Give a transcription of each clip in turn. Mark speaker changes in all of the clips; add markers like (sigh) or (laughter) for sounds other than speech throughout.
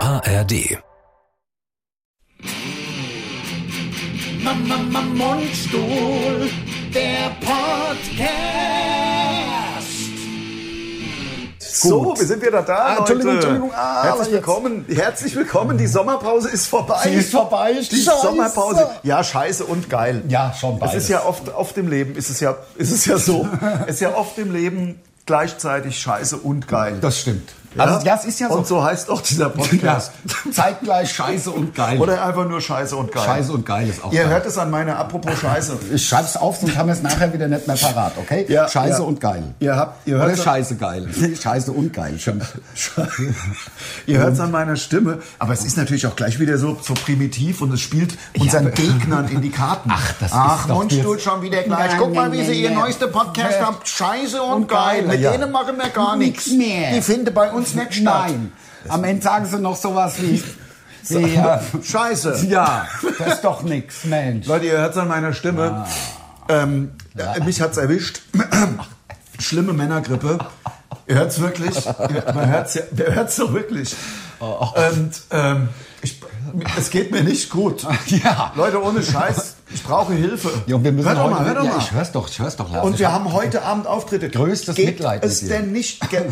Speaker 1: ARD.
Speaker 2: Mama, Mama, Mundstuhl, der Podcast.
Speaker 3: So, wir sind wieder da, Leute.
Speaker 2: Entschuldigung, Entschuldigung. Ah, aber
Speaker 3: herzlich
Speaker 2: jetzt-
Speaker 3: willkommen, herzlich willkommen. Die Sommerpause ist vorbei.
Speaker 2: Sie ist vorbei,
Speaker 3: Die
Speaker 2: scheiße.
Speaker 3: Sommerpause. Ja, scheiße und geil.
Speaker 2: Ja, schon beides.
Speaker 3: Es ist ja oft auf dem Leben, ist es ja, ist es ja
Speaker 2: (laughs)
Speaker 3: so. es ist ja oft im Leben gleichzeitig scheiße und geil.
Speaker 2: Das stimmt. Also, ja, es ist ja so.
Speaker 3: Und so heißt auch dieser
Speaker 2: (laughs) ja,
Speaker 3: Podcast.
Speaker 2: zeitgleich Scheiße und Geil.
Speaker 3: Oder einfach nur scheiße und geil.
Speaker 2: Scheiße und Geil ist auch
Speaker 3: Ihr
Speaker 2: geil.
Speaker 3: hört es an meiner apropos Scheiße.
Speaker 2: Ich schreib's auf, sonst haben wir es nachher wieder nicht mehr parat, okay?
Speaker 3: Ja, ja.
Speaker 2: Scheiße und Geil.
Speaker 3: Ihr habt, ihr
Speaker 2: Oder
Speaker 3: hört
Speaker 2: Scheiße Geil.
Speaker 3: (laughs)
Speaker 2: Scheiße und Geil. Stimmt.
Speaker 3: Ihr hört es an meiner Stimme, aber es ist natürlich auch gleich wieder so, so primitiv und es spielt unseren Gegnern in die Karten. Ach,
Speaker 2: das
Speaker 3: Ach
Speaker 2: ist doch
Speaker 3: Mundstuhl
Speaker 2: jetzt-
Speaker 3: schon wieder gleich.
Speaker 2: Nein,
Speaker 3: Guck mal, wie
Speaker 2: nein,
Speaker 3: sie
Speaker 2: nein,
Speaker 3: ihr
Speaker 2: nein.
Speaker 3: neueste Podcast
Speaker 2: Ja.
Speaker 3: haben. Scheiße und,
Speaker 2: Und
Speaker 3: geil.
Speaker 2: geil,
Speaker 3: Mit
Speaker 2: ja.
Speaker 3: denen machen wir gar nichts.
Speaker 2: Nix mehr.
Speaker 3: Die finden bei uns nicht statt.
Speaker 2: Nein. Am Ende sagen sie noch sowas wie. Ja,
Speaker 3: (laughs) Scheiße.
Speaker 2: ja, das ist doch nix, Mensch.
Speaker 3: Leute, ihr hört es an meiner Stimme.
Speaker 2: Ah.
Speaker 3: Ähm, äh, Mich hat's
Speaker 2: (coughs)
Speaker 3: erwischt. Schlimme Männergrippe. Ihr hört's wirklich. Ihr- Man hört's ja, man hört's doch wirklich.
Speaker 2: Oh,
Speaker 3: Und ähm, ich, es geht mir nicht gut.
Speaker 2: (laughs) Ja.
Speaker 3: Leute, ohne Scheiß, ich brauche Hilfe.
Speaker 2: Ja, und wir müssen
Speaker 3: hör doch
Speaker 2: heute,
Speaker 3: mal, hör doch
Speaker 2: ja,
Speaker 3: mal.
Speaker 2: Ich hör's doch, ich hör's doch. Lars.
Speaker 3: und
Speaker 2: Ich
Speaker 3: wir
Speaker 2: hab-
Speaker 3: haben heute Abend Auftritte.
Speaker 2: Größtes
Speaker 3: Geht
Speaker 2: Mitleid mit
Speaker 3: es
Speaker 2: dir.
Speaker 3: denn nicht?
Speaker 2: (laughs)
Speaker 3: ge-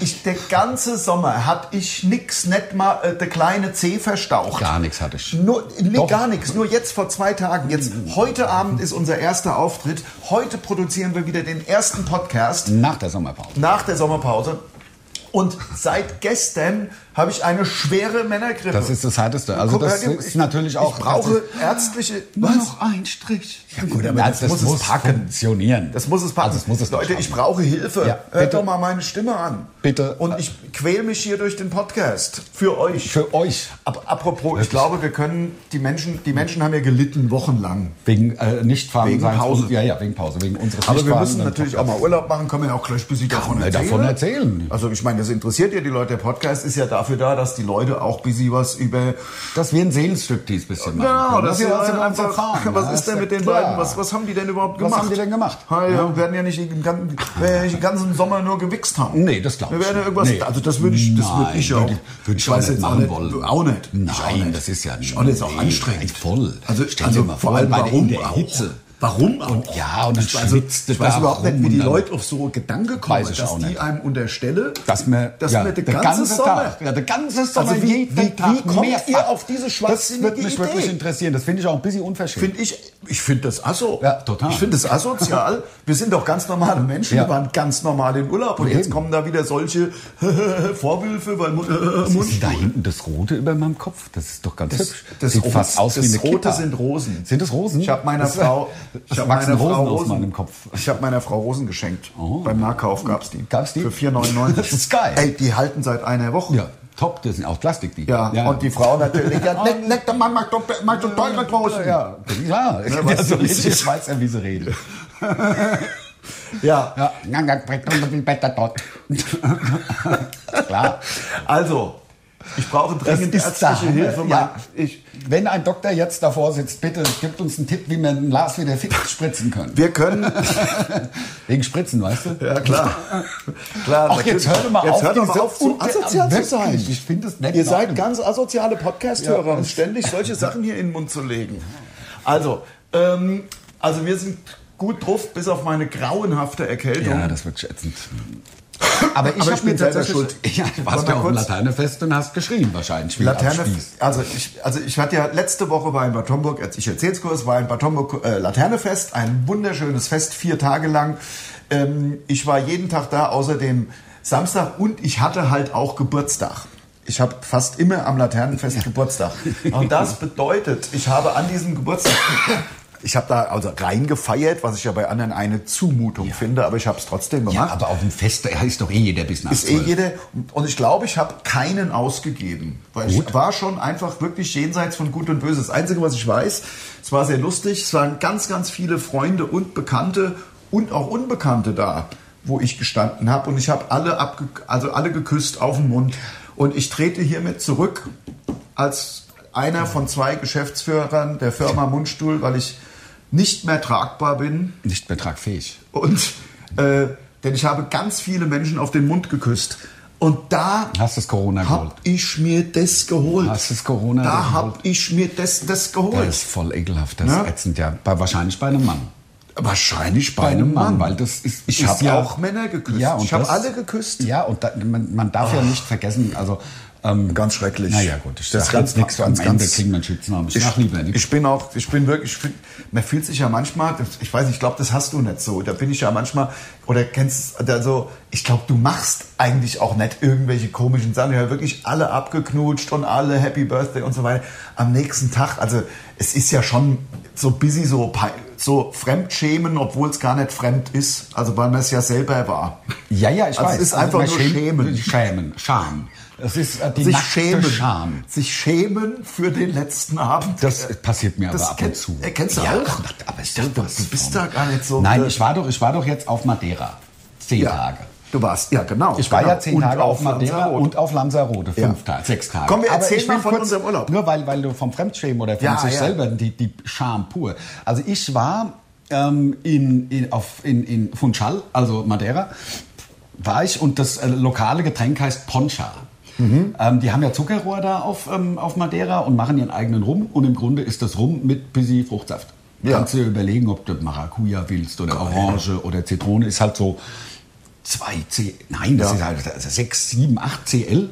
Speaker 3: Ich, der ganze Sommer hab ich nix, nicht mal äh, der kleine Zeh verstaucht.
Speaker 2: Gar nichts hatte ich.
Speaker 3: Nur, nee,
Speaker 2: Doch.
Speaker 3: gar nichts. Nur jetzt vor zwei Tagen. Jetzt heute Abend ist unser erster Auftritt. Heute produzieren wir wieder den ersten Podcast
Speaker 2: Nach der Sommerpause.
Speaker 3: nach der Sommerpause. Und seit gestern habe ich eine schwere Männergrippe.
Speaker 2: Das ist das Härteste. Also das
Speaker 3: hört ihr,
Speaker 2: ist natürlich auch.
Speaker 3: Ich brauche ärztliche.
Speaker 2: Noch ein Strich. Ja
Speaker 3: gut, aber das muss es packen.
Speaker 2: funktionieren.
Speaker 3: Das muss es passen.
Speaker 2: Also das muss es
Speaker 3: Leute,
Speaker 2: packen.
Speaker 3: ich brauche Hilfe.
Speaker 2: Ja,
Speaker 3: Hört
Speaker 2: bitte.
Speaker 3: doch mal meine Stimme an.
Speaker 2: Bitte.
Speaker 3: Und ich quäle mich hier durch den Podcast. Für euch.
Speaker 2: Für euch.
Speaker 3: Ap apropos, ich glaube, wir können, die Menschen, die Menschen haben ja gelitten wochenlang.
Speaker 2: Wegen äh, Nichtfahren.
Speaker 3: Wegen
Speaker 2: seines-
Speaker 3: Pause.
Speaker 2: Ja, ja, wegen Pause. Wegen unseres
Speaker 3: Aber wir
Speaker 2: Nichtfahren-
Speaker 3: müssen natürlich auch mal Urlaub machen, können wir ja auch gleich ein bisschen davon
Speaker 2: man
Speaker 3: erzählen.
Speaker 2: davon erzählen.
Speaker 3: Also ich meine, das interessiert ja die Leute. Der Podcast ist ja dafür da, dass die Leute auch ein bisschen was über...
Speaker 2: Dass wir ein Seelenstriptease bisschen machen.
Speaker 3: Genau,
Speaker 2: können. ne?
Speaker 3: dass
Speaker 2: wir
Speaker 3: sie
Speaker 2: (laughs) was in
Speaker 3: einfach-
Speaker 2: unserem Fahren-
Speaker 3: Was
Speaker 2: Ja,
Speaker 3: ist denn
Speaker 2: ja
Speaker 3: mit den
Speaker 2: klar.
Speaker 3: beiden? Was, was haben die denn überhaupt
Speaker 2: Was
Speaker 3: gemacht?
Speaker 2: haben die denn gemacht?
Speaker 3: Ja,
Speaker 2: Ja.
Speaker 3: Wir werden ja nicht den ganzen, werden ja nicht den ganzen Sommer nur gewichst haben.
Speaker 2: Nee, das glaub
Speaker 3: Wir
Speaker 2: ich
Speaker 3: werden ja
Speaker 2: nicht.
Speaker 3: irgendwas...
Speaker 2: Nee.
Speaker 3: Also das würde ich, das würde ich
Speaker 2: Nein,
Speaker 3: auch...
Speaker 2: würde ich- würde ich auch nicht machen wollen.
Speaker 3: Auch nicht.
Speaker 2: Nein,
Speaker 3: Ich auch nicht.
Speaker 2: das ist ja
Speaker 3: Ich auch nicht, ist auch
Speaker 2: nee,
Speaker 3: anstrengend.
Speaker 2: voll.
Speaker 3: Also,
Speaker 2: Stell dir
Speaker 3: also
Speaker 2: mal
Speaker 3: vor
Speaker 2: vor,
Speaker 3: allem
Speaker 2: bei der-
Speaker 3: warum
Speaker 2: in der
Speaker 3: auch?
Speaker 2: Hitze.
Speaker 3: Warum auch?
Speaker 2: ja, und dann
Speaker 3: Ich- also,
Speaker 2: schwitzt du
Speaker 3: ich weiß
Speaker 2: da
Speaker 3: überhaupt nicht,
Speaker 2: rum
Speaker 3: wie
Speaker 2: und
Speaker 3: die
Speaker 2: dann-
Speaker 3: Leute auf so Gedanken kommen,
Speaker 2: Weiß ich
Speaker 3: dass
Speaker 2: auch
Speaker 3: die
Speaker 2: nicht.
Speaker 3: einem unterstellen,
Speaker 2: Dass wir,
Speaker 3: dass
Speaker 2: ja,
Speaker 3: wir den
Speaker 2: der
Speaker 3: ganzen
Speaker 2: ganze
Speaker 3: Sommer...
Speaker 2: Tag, ja, der ganze Sommer,
Speaker 3: Also wie-
Speaker 2: jeden
Speaker 3: wie-
Speaker 2: Tag
Speaker 3: wie kommt
Speaker 2: mehrfach.
Speaker 3: ihr auf diese schwachsinnige
Speaker 2: Das würde mich
Speaker 3: Idee?
Speaker 2: wirklich interessieren. Das finde ich auch ein bisschen unverschämt.
Speaker 3: Finde ich, ich finde das asso.
Speaker 2: Ja, total.
Speaker 3: Ich finde das
Speaker 2: (laughs)
Speaker 3: asozial. Wir sind doch ganz normale Menschen.
Speaker 2: Ja.
Speaker 3: Wir waren ganz normal in Urlaub. Und
Speaker 2: Eben.
Speaker 3: jetzt kommen da wieder solche (laughs) Vorwürfe, weil Mund- äh,
Speaker 2: Was ist denn
Speaker 3: Mund.
Speaker 2: da hinten das Rote über meinem Kopf? Das ist doch ganz hübsch.
Speaker 3: das
Speaker 2: Sieht
Speaker 3: Rot-
Speaker 2: fast aus
Speaker 3: das
Speaker 2: wie eine
Speaker 3: Rote
Speaker 2: Kippa.
Speaker 3: sind Rosen.
Speaker 2: Sind das Rosen?
Speaker 3: Ich habe meiner
Speaker 2: das, (laughs)
Speaker 3: Frau, ich
Speaker 2: Das
Speaker 3: hab
Speaker 2: wachsen
Speaker 3: meiner Frau
Speaker 2: Rosen,
Speaker 3: Rosen,
Speaker 2: aus meinem Kopf. Oh.
Speaker 3: Ich habe meiner Frau Rosen geschenkt. Beim Nahkauf gab es die.
Speaker 2: Gab's die?
Speaker 3: Für 4,99.
Speaker 2: (laughs) Das ist geil.
Speaker 3: Ey, die halten seit einer Woche.
Speaker 2: Ja, top. Das sind aus Plastik, die.
Speaker 3: Ja, und die Oh, Frau
Speaker 2: (laughs)
Speaker 3: natürlich. Ja, leck, leck, der Mann macht doch, macht doch toll mit Rosen.
Speaker 2: Ja, ja.
Speaker 3: Ne,
Speaker 2: (laughs) ja
Speaker 3: weißt
Speaker 2: so
Speaker 3: du, wie es
Speaker 2: richtig
Speaker 3: ist?
Speaker 2: Schweizer, wie sie reden.
Speaker 3: ja.
Speaker 2: Ja, besser
Speaker 3: (laughs)
Speaker 2: dort. Klar.
Speaker 3: Also, ich brauche dringend
Speaker 2: Das ist der
Speaker 3: ärztliche
Speaker 2: Hammer.
Speaker 3: Hilfe.
Speaker 2: Ja.
Speaker 3: Mann. Ich,
Speaker 2: Wenn ein Doktor jetzt davor sitzt, bitte gibt uns einen Tipp, wie wir den Lars wieder fix spritzen können.
Speaker 3: wir können
Speaker 2: (laughs) Wegen Spritzen, weißt du?
Speaker 3: Ja, genau. klar. klar
Speaker 2: Ach, jetzt hör doch mal auf,
Speaker 3: hör doch mal
Speaker 2: diese
Speaker 3: auf zu
Speaker 2: unter-
Speaker 3: asozial zu
Speaker 2: wirklich,
Speaker 3: sein.
Speaker 2: Ich finde das nett.
Speaker 3: Ihr seid ganz asoziale Podcast-Hörer
Speaker 2: Ja.
Speaker 3: und ständig solche Sachen hier in den Mund zu legen. Also, ähm, also wir sind gut drauf, bis auf meine grauenhafte Erkältung.
Speaker 2: Ja, das wird schätzend. Aber ich,
Speaker 3: Aber ich
Speaker 2: habe mir
Speaker 3: bin selber
Speaker 2: tatsächlich...
Speaker 3: schuld.
Speaker 2: (laughs) Ja, du warst
Speaker 3: Warte mal
Speaker 2: ja auch im
Speaker 3: kurz.
Speaker 2: Laternefest und hast geschrien wahrscheinlich. wie
Speaker 3: Laterne,
Speaker 2: am Spieß.
Speaker 3: also ich, also ich hatte ja letzte Woche war in Bad Homburg, als ich erzähl's kurz, war in Bad Homburg äh, Laternefest, ein wunderschönes Fest, vier Tage lang. Ähm, ich war jeden Tag da, außerdem Samstag und ich hatte halt auch Geburtstag. Ich habe fast immer am Laternenfest Geburtstag. Und
Speaker 2: (laughs)
Speaker 3: das bedeutet, ich habe an diesem Geburtstag, ich habe da also reingefeiert, was ich ja bei anderen eine Zumutung finde, aber ich habe es trotzdem gemacht.
Speaker 2: Ja, aber auf dem Fest da ist doch eh jeder bis nach
Speaker 3: Ist eh
Speaker 2: 12.
Speaker 3: jede, und ich glaube, ich habe keinen ausgegeben. Weil ich war schon einfach wirklich jenseits von Gut und Böse. Das Einzige, was ich weiß, es war sehr lustig, es waren ganz, ganz viele Freunde und Bekannte und auch Unbekannte da, wo ich gestanden habe. Und ich habe alle, abge also alle geküsst auf den Mund. Und ich trete hiermit zurück als einer von zwei Geschäftsführern der Firma Mundstuhl, weil ich nicht mehr tragbar bin.
Speaker 2: Nicht betragfähig.
Speaker 3: Und äh, denn ich habe ganz viele Menschen auf den Mund geküsst. Und da
Speaker 2: Hast das Corona geholt?
Speaker 3: hab ich mir das geholt.
Speaker 2: Hast das Corona
Speaker 3: Da
Speaker 2: geholt?
Speaker 3: hab ich mir das, das
Speaker 2: Das
Speaker 3: geholt.
Speaker 2: ist voll ekelhaft, das
Speaker 3: Ja.
Speaker 2: ist ätzend, ja. Bei, wahrscheinlich bei einem Mann.
Speaker 3: Wahrscheinlich bei,
Speaker 2: Bei
Speaker 3: einem Mann.
Speaker 2: weil das ist.
Speaker 3: ich
Speaker 2: ist
Speaker 3: habe
Speaker 2: ja-
Speaker 3: auch Männer geküsst.
Speaker 2: Ja, und
Speaker 3: ich habe
Speaker 2: das-
Speaker 3: alle geküsst.
Speaker 2: Ja, und da, man, man darf ja nicht vergessen, also. Ähm,
Speaker 3: Ganz schrecklich.
Speaker 2: Naja, gut, ich
Speaker 3: Das ist
Speaker 2: sag
Speaker 3: ganz-
Speaker 2: jetzt nichts,
Speaker 3: ganz-
Speaker 2: am Ende
Speaker 3: ganz-
Speaker 2: kriegen wir einen Schütznamen. Ich,
Speaker 3: Ich,
Speaker 2: sag lieber ne? nichts.
Speaker 3: ich bin auch, ich bin wirklich, ich find, man fühlt sich ja manchmal, ich weiß nicht, ich glaube, das hast du nicht so. Da bin ich ja manchmal, oder kennst, also, ich glaube, du machst eigentlich auch nicht irgendwelche komischen Sachen. Ich habe wirklich alle abgeknutscht und alle Happy Birthday und so weiter. Am nächsten Tag, also, es ist ja schon so busy, so, pei- so fremdschämen, obwohl es gar nicht fremd ist. Also, weil man es ja selber war.
Speaker 2: Ja, ja, ich
Speaker 3: Also
Speaker 2: weiß.
Speaker 3: es ist einfach
Speaker 2: man
Speaker 3: nur
Speaker 2: schämt-
Speaker 3: schämen.
Speaker 2: Schämen, Scham. Das ist äh, die
Speaker 3: Sich
Speaker 2: nackte
Speaker 3: schämen.
Speaker 2: Scham.
Speaker 3: Sich schämen für den letzten Abend.
Speaker 2: Das passiert mir
Speaker 3: Das
Speaker 2: aber ab
Speaker 3: kenn-
Speaker 2: und zu.
Speaker 3: äh, kennst du
Speaker 2: ja,
Speaker 3: auch?
Speaker 2: Aber, aber
Speaker 3: Ich dachte,
Speaker 2: sowas
Speaker 3: du bist
Speaker 2: von-
Speaker 3: da gar nicht so- äh,
Speaker 2: Nein, ich war doch, ich war doch jetzt auf Madeira. Zehn Tage.
Speaker 3: Du warst, ja genau.
Speaker 2: Ich war
Speaker 3: genau.
Speaker 2: ja zehn
Speaker 3: Und
Speaker 2: Tage auf Madeira
Speaker 3: Lanzarote.
Speaker 2: und auf Lanzarote. Fünf
Speaker 3: Ja.
Speaker 2: Tage, sechs Tage.
Speaker 3: Komm, wir
Speaker 2: Aber
Speaker 3: erzählen
Speaker 2: ich will
Speaker 3: mal von unserem Urlaub.
Speaker 2: Nur weil, weil du vom Fremdschämen oder von
Speaker 3: Ja,
Speaker 2: sich
Speaker 3: ja.
Speaker 2: selber, die, die Scham pur. Also ich war ähm, in, in, auf, in, in Funchal, also Madeira, war ich und das äh, lokale Getränk heißt Poncha.
Speaker 3: Mhm.
Speaker 2: Ähm, die haben ja Zuckerrohr da auf, ähm, auf Madeira und machen ihren eigenen Rum. Und im Grunde ist das Rum mit bisschen Fruchtsaft.
Speaker 3: Ja.
Speaker 2: Kannst du dir überlegen, ob du Maracuja willst oder Orange oder Zitrone. Ist halt so 2C, nein, das
Speaker 3: Ja.
Speaker 2: ist halt also 6, 7, 8 CL.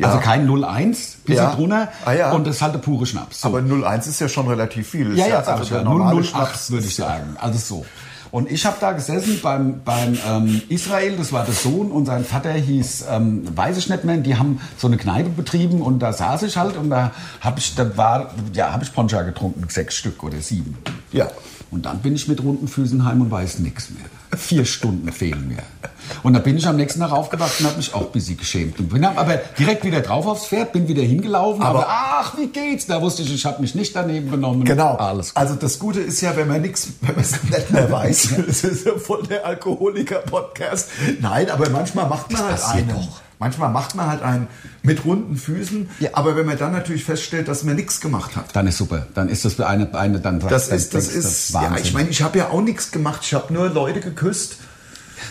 Speaker 3: Ja.
Speaker 2: Also kein 01, bisschen
Speaker 3: Ja.
Speaker 2: drunter.
Speaker 3: Ah, ja.
Speaker 2: Und das ist halt der pure Schnaps. So.
Speaker 3: Aber 01 ist ja schon relativ viel. Ist
Speaker 2: ja, ja, sag
Speaker 3: also
Speaker 2: ich
Speaker 3: der
Speaker 2: ja.
Speaker 3: normale
Speaker 2: 008
Speaker 3: Schnaps.
Speaker 2: würde ich sagen. Also so. Und ich habe da gesessen beim, beim ähm, Israel, das war der Sohn und sein Vater hieß, ähm, weiß ich nicht mehr, die haben so eine Kneipe betrieben und da saß ich halt und da habe ich, da war, ja, habe ich Poncha getrunken, sechs Stück oder sieben.
Speaker 3: Ja.
Speaker 2: Und dann bin ich mit runden Füßen heim und weiß nichts mehr. Vier Stunden fehlen mir. Und da bin ich am nächsten Tag aufgewacht und habe mich auch ein bisschen geschämt. Und bin dann aber direkt wieder drauf aufs Pferd, bin wieder hingelaufen.
Speaker 3: Aber-
Speaker 2: Aber, ach, wie geht's? Da wusste ich, ich habe mich nicht daneben genommen.
Speaker 3: Genau.
Speaker 2: Alles gut.
Speaker 3: also das Gute ist ja, wenn man nichts, wenn man es nicht mehr
Speaker 2: (laughs)
Speaker 3: weiß, (laughs) es ist ja voll der Alkoholiker-Podcast. Nein, aber manchmal macht man halt einen.
Speaker 2: passiert doch.
Speaker 3: Manchmal macht man halt einen mit runden Füßen.
Speaker 2: Ja.
Speaker 3: Aber wenn man dann natürlich feststellt, dass man nichts gemacht hat.
Speaker 2: Dann ist super. Dann ist das eine, eine dann
Speaker 3: Das
Speaker 2: dann
Speaker 3: ist, das
Speaker 2: denkst du,
Speaker 3: ist, ja,
Speaker 2: Wahnsinn.
Speaker 3: ich meine, ich habe ja auch nichts gemacht. Ich habe nur Leute geküsst.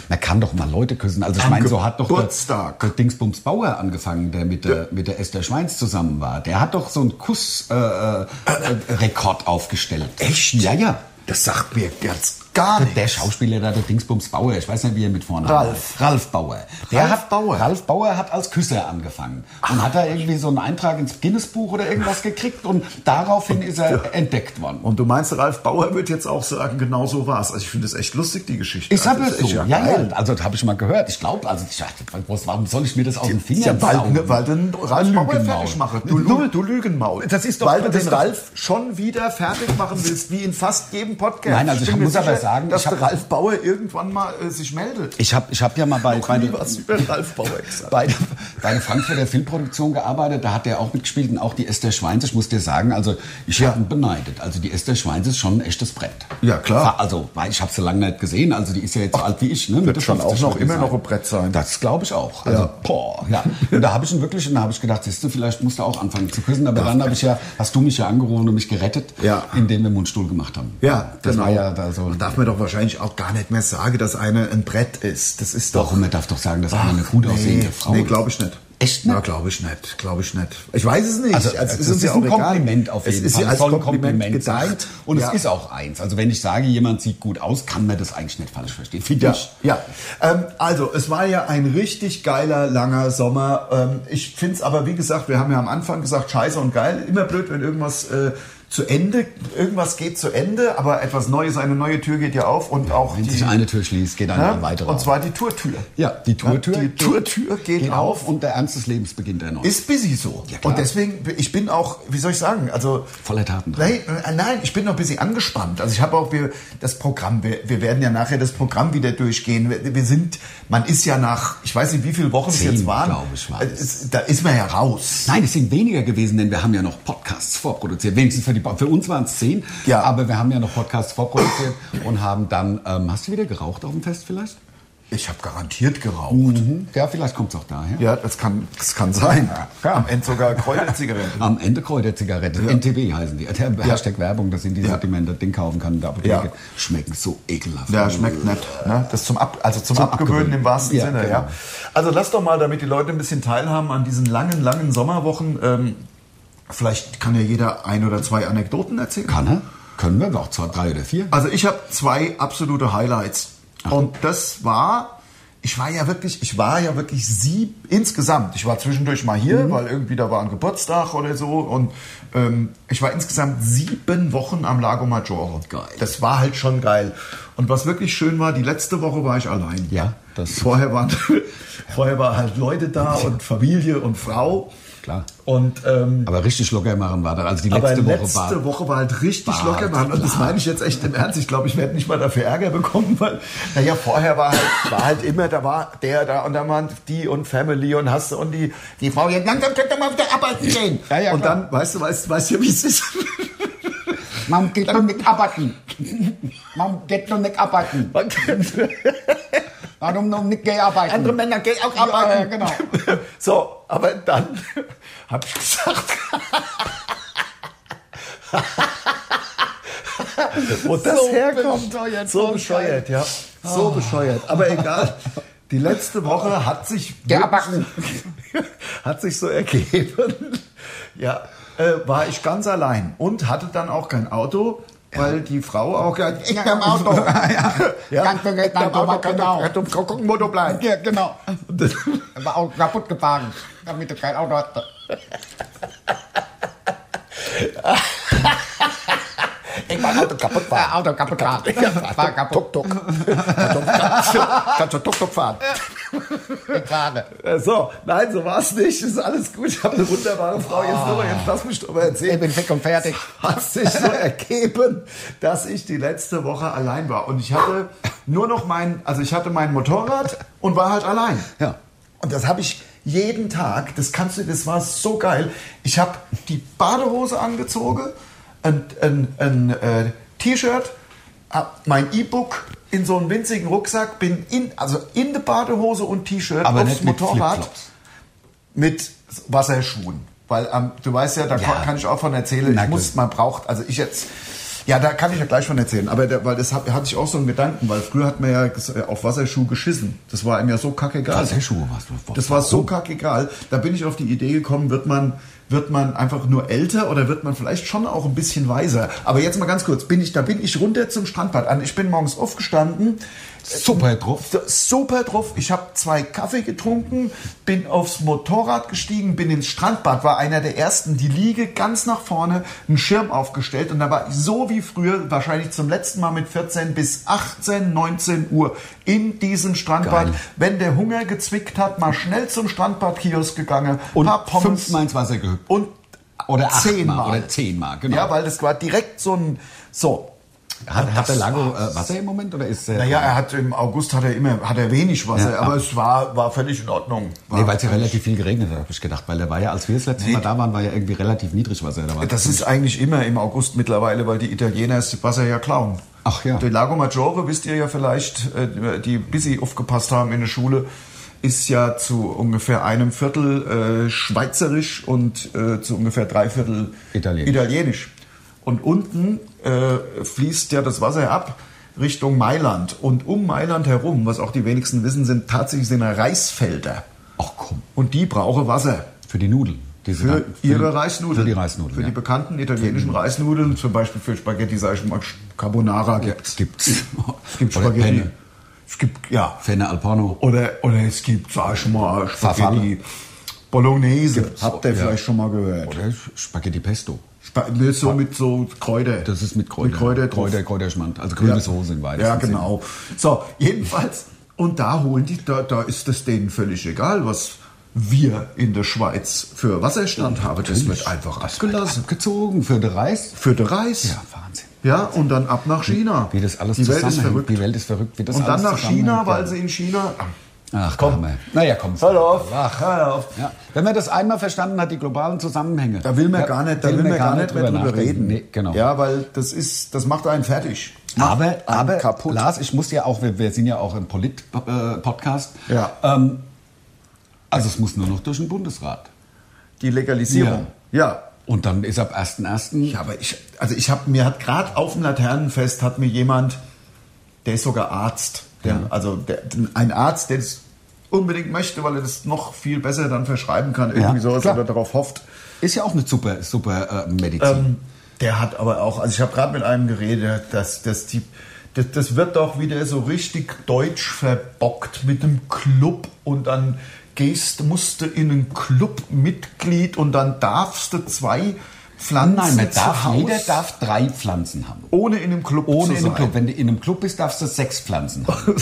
Speaker 2: Man kann doch mal Leute küssen. Also ich
Speaker 3: Am
Speaker 2: meine, so hat doch
Speaker 3: Geburtstag.
Speaker 2: Der, der Dingsbums Bauer angefangen, der mit der, mit der Esther Schweins zusammen war. Der hat doch so einen Kussrekord äh, äh, Rekord aufgestellt.
Speaker 3: Echt?
Speaker 2: Ja, ja.
Speaker 3: Das sagt mir ganz gar nichts.
Speaker 2: Der Schauspieler da, der Dingsbums Bauer, ich weiß nicht, wie er mit vorne
Speaker 3: Ralf.
Speaker 2: heißt. Ralf Bauer. Der
Speaker 3: Ralf
Speaker 2: hat,
Speaker 3: Bauer.
Speaker 2: Ralf Bauer hat als Küsser angefangen. Und hat da irgendwie so einen Eintrag ins Guinness-Buch oder irgendwas gekriegt und daraufhin ist er entdeckt worden.
Speaker 3: Und du meinst, Ralf Bauer wird jetzt auch sagen, genau so war's. Also ich finde es echt lustig, die Geschichte.
Speaker 2: Ich habe
Speaker 3: also,
Speaker 2: es
Speaker 3: ist
Speaker 2: so.
Speaker 3: echt
Speaker 2: Ja, ja.
Speaker 3: geil.
Speaker 2: Also das habe ich mal gehört. Ich glaube, also ich dachte, was- warum soll ich mir das aus den
Speaker 3: Ist
Speaker 2: Fingern
Speaker 3: Ja, weil,
Speaker 2: saugen?
Speaker 3: ne, weil du den Ralf Bauer
Speaker 2: Lügenmaul.
Speaker 3: fertig machen. Du, Lu- du Lügenmaul.
Speaker 2: Das ist doch-
Speaker 3: weil du
Speaker 2: das
Speaker 3: den
Speaker 2: ist doch-
Speaker 3: Ralf schon wieder fertig machen willst, wie in fast jedem Podcast.
Speaker 2: Nein, also ich
Speaker 3: bin mir
Speaker 2: muss aber
Speaker 3: sicher,
Speaker 2: sagen,
Speaker 3: dass
Speaker 2: ich hab-
Speaker 3: der Ralf Bauer irgendwann mal äh, sich meldet.
Speaker 2: Ich habe ich hab ja mal bei, bei,
Speaker 3: nie
Speaker 2: der-
Speaker 3: was über Ralf Bauer gesagt.
Speaker 2: bei, der- bei der Frankfurter Filmproduktion gearbeitet. Da hat er auch mitgespielt und auch die Esther Schweins. Ich muss dir sagen, also ich habe ihn beneidet. Also die Esther Schweins ist schon ein echtes Brett.
Speaker 3: Ja, klar.
Speaker 2: Also weil ich habe sie lange nicht gesehen. Also die ist ja jetzt so alt wie ich. Ne? Mitte
Speaker 3: schon auch
Speaker 2: 50
Speaker 3: noch
Speaker 2: wird die
Speaker 3: immer noch ein Brett sein.
Speaker 2: Das glaube ich auch. Also,
Speaker 3: Ja.
Speaker 2: boah, ja. Und da habe ich ihn wirklich, und da habe ich gedacht, siehst du, vielleicht musst du auch anfangen zu küssen. Aber dann habe ich ja, hast du mich ja angerufen und mich gerettet,
Speaker 3: Ja.
Speaker 2: indem wir Mundstuhl gemacht haben.
Speaker 3: Genau.
Speaker 2: das war ja da so.
Speaker 3: Man darf mir doch wahrscheinlich auch gar nicht mehr sagen, dass eine ein Brett ist. Das ist doch
Speaker 2: Warum? Man darf doch sagen, dass eine gut aussehende Frau
Speaker 3: Nee,
Speaker 2: ist.
Speaker 3: glaube ich nicht.
Speaker 2: Echt nicht?
Speaker 3: Na, glaube ich nicht. Glaube ich nicht. Ich weiß es nicht.
Speaker 2: Also, es ist,
Speaker 3: ja
Speaker 2: ein
Speaker 3: auch egal.
Speaker 2: Kompliment auf jeden
Speaker 3: es ist
Speaker 2: Fall.
Speaker 3: ja als
Speaker 2: soll ein
Speaker 3: Kompliment,
Speaker 2: Kompliment
Speaker 3: gedacht.
Speaker 2: sein. Und
Speaker 3: Ja.
Speaker 2: es ist auch eins. Also wenn ich sage, jemand sieht gut aus, kann man das eigentlich nicht falsch verstehen. Finde
Speaker 3: Ja,
Speaker 2: ich.
Speaker 3: ja. Ähm, also, es war ja ein richtig geiler, langer Sommer. Ähm, ich finde es aber, wie gesagt, wir haben ja am Anfang gesagt, scheiße und geil. Immer blöd, wenn irgendwas äh, zu Ende, irgendwas geht zu Ende, aber etwas Neues, eine neue Tür geht ja auf und auch
Speaker 2: Wenn
Speaker 3: die...
Speaker 2: sich eine Tür schließt, geht eine
Speaker 3: ne?
Speaker 2: weitere
Speaker 3: Und
Speaker 2: auf.
Speaker 3: zwar die Tourtür.
Speaker 2: ja, die Tourtür,
Speaker 3: Die
Speaker 2: geht-
Speaker 3: Tourtür geht,
Speaker 2: geht
Speaker 3: auf.
Speaker 2: auf und der Ernst des Lebens beginnt erneut.
Speaker 3: Ist busy so.
Speaker 2: Ja, klar.
Speaker 3: und deswegen, ich bin auch, wie soll ich sagen, also.
Speaker 2: Voller Taten.
Speaker 3: Nein, äh, nein, ich bin noch ein bisschen angespannt. Also ich habe auch wir, das Programm, wir, wir werden ja nachher das Programm wieder durchgehen. Wir, wir sind, man ist ja nach, ich weiß nicht, wie viele Wochen es
Speaker 2: Zehn,
Speaker 3: jetzt waren.
Speaker 2: glaub ich, war
Speaker 3: Äh,
Speaker 2: es.
Speaker 3: es- Da ist man ja raus.
Speaker 2: Nein, es sind weniger gewesen, denn wir haben ja noch Podcasts vorproduziert. Wenigstens für, die, für uns waren es zehn,
Speaker 3: Ja.
Speaker 2: aber wir haben ja noch Podcasts vorproduziert und haben dann, ähm, hast du wieder geraucht auf dem Fest vielleicht?
Speaker 3: Ich habe garantiert geraucht.
Speaker 2: Mhm. Ja, vielleicht kommt es auch daher.
Speaker 3: Ja, das kann, das kann sein.
Speaker 2: Ja.
Speaker 3: Am Ende sogar Kräuterzigaretten.
Speaker 2: Am Ende Kräuterzigarette. NTB heißen die. Der Hashtag Werbung, das sind die
Speaker 3: Ja.
Speaker 2: Sortimente, den kaufen kann in der Apotheke.
Speaker 3: Ja.
Speaker 2: Schmecken so ekelhaft.
Speaker 3: Ja, schmeckt nett. Ne? Das zum Ab also zum, Abgewöhnen,
Speaker 2: Abgewöhnen.
Speaker 3: im wahrsten
Speaker 2: Ja,
Speaker 3: Sinne.
Speaker 2: genau.
Speaker 3: Ja. Also lass doch mal, damit die Leute ein bisschen teilhaben an diesen langen, langen Sommerwochen. Ähm, vielleicht kann ja jeder ein oder zwei Anekdoten erzählen.
Speaker 2: Kann er? Können wir, auch zwar drei oder vier.
Speaker 3: Also ich habe zwei absolute Highlights. Und das war, ich war ja wirklich, ich war ja wirklich sieb insgesamt. Ich war zwischendurch mal hier,
Speaker 2: Mhm.
Speaker 3: weil irgendwie da war ein Geburtstag oder so. Und ähm, ich war insgesamt sieben Wochen am Lago Maggiore.
Speaker 2: Geil.
Speaker 3: Das war halt schon geil. Und was wirklich schön war, die letzte Woche war ich allein.
Speaker 2: Ja, das-
Speaker 3: (laughs) vorher waren vorher war halt Leute da und Familie und Frau.
Speaker 2: Klar.
Speaker 3: Und ähm,
Speaker 2: Aber richtig locker machen war das. Also die letzte,
Speaker 3: aber
Speaker 2: Woche
Speaker 3: letzte
Speaker 2: war.
Speaker 3: Woche war halt richtig
Speaker 2: war
Speaker 3: locker.
Speaker 2: halt
Speaker 3: Mann. Und das meine ich jetzt echt im Ernst. Ich glaube, ich werde nicht mal dafür Ärger bekommen, weil, naja, vorher war halt, war halt immer, da war der da und dann waren die und Family und hast du und die, die Frau, jetzt langsam könnt ihr mal wieder arbeiten gehen.
Speaker 2: Ja, ja,
Speaker 3: und
Speaker 2: klar.
Speaker 3: dann, weißt du, weißt, weißt du, wie es ist.
Speaker 2: Man geht doch nicht arbeiten. Man geht doch nicht arbeiten.
Speaker 3: (laughs)
Speaker 2: Warum noch nicht gehen arbeiten?
Speaker 3: Andere Männer gehen auch arbeiten.
Speaker 2: Ja, genau. ja,
Speaker 3: So, aber dann (laughs) hab ich gesagt. Wo das
Speaker 2: So
Speaker 3: herkommt,
Speaker 2: bescheuert,
Speaker 3: so
Speaker 2: so
Speaker 3: bescheuert, ja. So bescheuert. Aber egal. Die letzte Woche hat sich
Speaker 2: Gebacken.
Speaker 3: (laughs) hat sich so ergeben. Ja, äh, war ich ganz allein und hatte dann auch kein Auto, weil die Frau auch gesagt, ich hab Auto. (laughs) Ja,
Speaker 2: Kannst du nicht
Speaker 3: ich hab
Speaker 2: nach
Speaker 3: Auto, kann
Speaker 2: Genau.
Speaker 3: du- kann du gucken, wo du bleibst.
Speaker 2: Ja, genau.
Speaker 3: (laughs)
Speaker 2: Er war auch kaputt gefahren, damit du kein Auto hast.
Speaker 3: Ich mein Auto kaputt war.
Speaker 2: Auto kaputt war. War kaputt.
Speaker 3: Tuk-Tuk. Kannst du- Kannst du Tuk-Tuk fahren?
Speaker 2: Schade.
Speaker 3: Äh, So, nein, so war es nicht. Ist alles gut. Ich habe eine wunderbare Frau. Jetzt, nur, jetzt lass mich doch mal
Speaker 2: Ich
Speaker 3: erzählen.
Speaker 2: bin fix und fertig.
Speaker 3: Hat sich so ergeben, dass ich die letzte Woche allein war. Und ich hatte nur noch mein, also ich hatte mein Motorrad und war halt allein.
Speaker 2: Ja.
Speaker 3: Und das habe ich jeden Tag. Das kannst du, das war so geil. Ich habe die Badehose angezogen, ein, ein, ein äh, T-Shirt, hab mein E-Book in so einen winzigen Rucksack, bin in, also in der Badehose und T-Shirt
Speaker 2: Aber
Speaker 3: aufs
Speaker 2: nicht mit
Speaker 3: Motorrad
Speaker 2: Flipflops.
Speaker 3: mit Wasserschuhen. Weil ähm, du weißt ja, da
Speaker 2: Ja.
Speaker 3: kann ich auch von erzählen,
Speaker 2: Na
Speaker 3: ich
Speaker 2: gut.
Speaker 3: muss, man braucht, also ich jetzt, ja, da kann ich ja gleich von erzählen, aber da, weil das hab, hatte ich auch so einen Gedanken, weil früher hat man ja ges- äh, auf Wasserschuhe geschissen. Das war einem ja so kackegal.
Speaker 2: Wasserschuhe warst du-
Speaker 3: Das war so kackegal. Da bin ich auf die Idee gekommen, wird man, wird man einfach nur älter oder wird man vielleicht schon auch ein bisschen weiser. Aber jetzt mal ganz kurz, bin ich, da bin ich runter zum Strandbad an. Ich bin morgens aufgestanden,
Speaker 2: Super drauf.
Speaker 3: so- super drauf. Ich habe zwei Kaffee getrunken, bin aufs Motorrad gestiegen, bin ins Strandbad, war einer der ersten, die Liege ganz nach vorne, einen Schirm aufgestellt und da war ich so wie früher, wahrscheinlich zum letzten Mal mit 14 bis 18, 19 Uhr in diesem Strandbad.
Speaker 2: Geil.
Speaker 3: Wenn der Hunger gezwickt hat, mal schnell zum Strandbadkiosk gegangen,
Speaker 2: Und
Speaker 3: paar Pommes
Speaker 2: fünfmal ins Wasser gehüpft.
Speaker 3: und
Speaker 2: Oder achtmal.
Speaker 3: zehnmal.
Speaker 2: Oder zehnmal, genau.
Speaker 3: Ja, weil das war direkt so ein, so.
Speaker 2: hat, hat der
Speaker 3: Das
Speaker 2: Lago
Speaker 3: war
Speaker 2: äh, Wasser im Moment? Oder ist äh, der
Speaker 3: Naja, er hat im August hat er immer hat er wenig Wasser,
Speaker 2: Ja,
Speaker 3: aber
Speaker 2: ah.
Speaker 3: es war, war völlig in Ordnung. War
Speaker 2: Nee, weil es ja relativ viel geregnet hat, habe ich gedacht. Weil der war ja, als wir das letzte Mal da waren, war ja irgendwie relativ Niedrigwasser. Da war
Speaker 3: das ist eigentlich immer im August mittlerweile, weil die Italiener das Wasser ja klauen.
Speaker 2: Ach ja.
Speaker 3: Der Lago Maggiore, wisst ihr ja vielleicht, äh, die ein bisschen aufgepasst haben in der Schule, ist ja zu ungefähr einem Viertel äh, schweizerisch und äh, zu ungefähr drei Viertel
Speaker 2: Italienisch.
Speaker 3: italienisch. Und unten äh, fließt ja das Wasser ab Richtung Mailand. Und um Mailand herum, was auch die wenigsten wissen, sind tatsächlich sind da Reisfelder.
Speaker 2: Ach komm,
Speaker 3: Und die brauche Wasser.
Speaker 2: für die Nudeln. Diese
Speaker 3: Für
Speaker 2: ganzen-
Speaker 3: ihre Reisnudeln.
Speaker 2: Für die Reisnudeln,
Speaker 3: Für
Speaker 2: ja.
Speaker 3: die bekannten italienischen Reisnudeln, zum Beispiel für Spaghetti Salzmark Carbonara gibt's. (laughs)
Speaker 2: Ja, gibt's.
Speaker 3: Es gibt
Speaker 2: Oder
Speaker 3: Spaghetti.
Speaker 2: Penne.
Speaker 3: Es gibt, ja.
Speaker 2: Fenne al Porno.
Speaker 3: Oder, oder es gibt, sag ich mal, Spaghetti
Speaker 2: Farfalle.
Speaker 3: Bolognese. Habt ihr
Speaker 2: Ja.
Speaker 3: vielleicht schon mal gehört.
Speaker 2: Oder Spaghetti Pesto.
Speaker 3: Spa ne, so mit so Kräuter.
Speaker 2: Das ist mit Kräuter.
Speaker 3: Mit Kräuter drauf.
Speaker 2: Kräuter, Kräuterschmand. Also grüne Soße in weitesten
Speaker 3: Ja,
Speaker 2: Sinne.
Speaker 3: genau. So, jedenfalls, und da holen die, da, da ist es denen völlig egal, was wir in der Schweiz für Wasserstand haben. Das wird einfach abgelassen.
Speaker 2: Abgezogen für den Reis.
Speaker 3: Für den Reis.
Speaker 2: Ja, Wahnsinn.
Speaker 3: Ja, und dann ab nach China.
Speaker 2: Wie das alles
Speaker 3: Die Welt ist
Speaker 2: zusammenhängt.
Speaker 3: verrückt.
Speaker 2: Die Welt ist verrückt. Wie das
Speaker 3: und dann
Speaker 2: alles Ah.
Speaker 3: nach China,
Speaker 2: zusammenhängt.
Speaker 3: weil sie in China
Speaker 2: Ach komm. Naja, komm.
Speaker 3: Hör auf.
Speaker 2: Ach.
Speaker 3: Hör auf.
Speaker 2: Ja. Wenn man das einmal verstanden hat, die globalen Zusammenhänge.
Speaker 3: Da will man
Speaker 2: ja,
Speaker 3: gar nicht, da will man gar nicht mehr drüber
Speaker 2: nachdenken.
Speaker 3: reden.
Speaker 2: Nee, genau.
Speaker 3: Ja, weil das ist, das macht einen fertig. Macht
Speaker 2: Aber,
Speaker 3: einen
Speaker 2: aber
Speaker 3: kaputt.
Speaker 2: Lars, ich muss ja auch, wir, wir sind ja auch ein Polit-Podcast.
Speaker 3: Ja.
Speaker 2: Ähm, also es muss nur noch durch den Bundesrat.
Speaker 3: die Legalisierung. ja.
Speaker 2: Und dann ist ab 1.1.
Speaker 3: Ja, aber ich, also ich habe mir hat gerade auf dem Laternenfest hat mir jemand, der ist sogar Arzt, der, also der, ein Arzt, der es unbedingt möchte, weil er das noch viel besser dann verschreiben kann, irgendwie sowas
Speaker 2: klar.
Speaker 3: oder darauf hofft.
Speaker 2: Ist ja auch eine super, super äh, Medizin.
Speaker 3: Ähm, der hat aber auch, also ich habe gerade mit einem geredet, dass, dass die, das, das wird doch wieder so richtig deutsch verbockt mit dem Club und dann gehst, musst du in einen Club Mitglied und dann darfst du zwei Pflanzen
Speaker 2: Nein, man
Speaker 3: zu
Speaker 2: darf,
Speaker 3: Haus-
Speaker 2: jeder darf drei Pflanzen haben.
Speaker 3: ohne in einem Club zu
Speaker 2: Ohne in
Speaker 3: sein.
Speaker 2: einem Club. Wenn du in einem Club bist, darfst du sechs Pflanzen haben.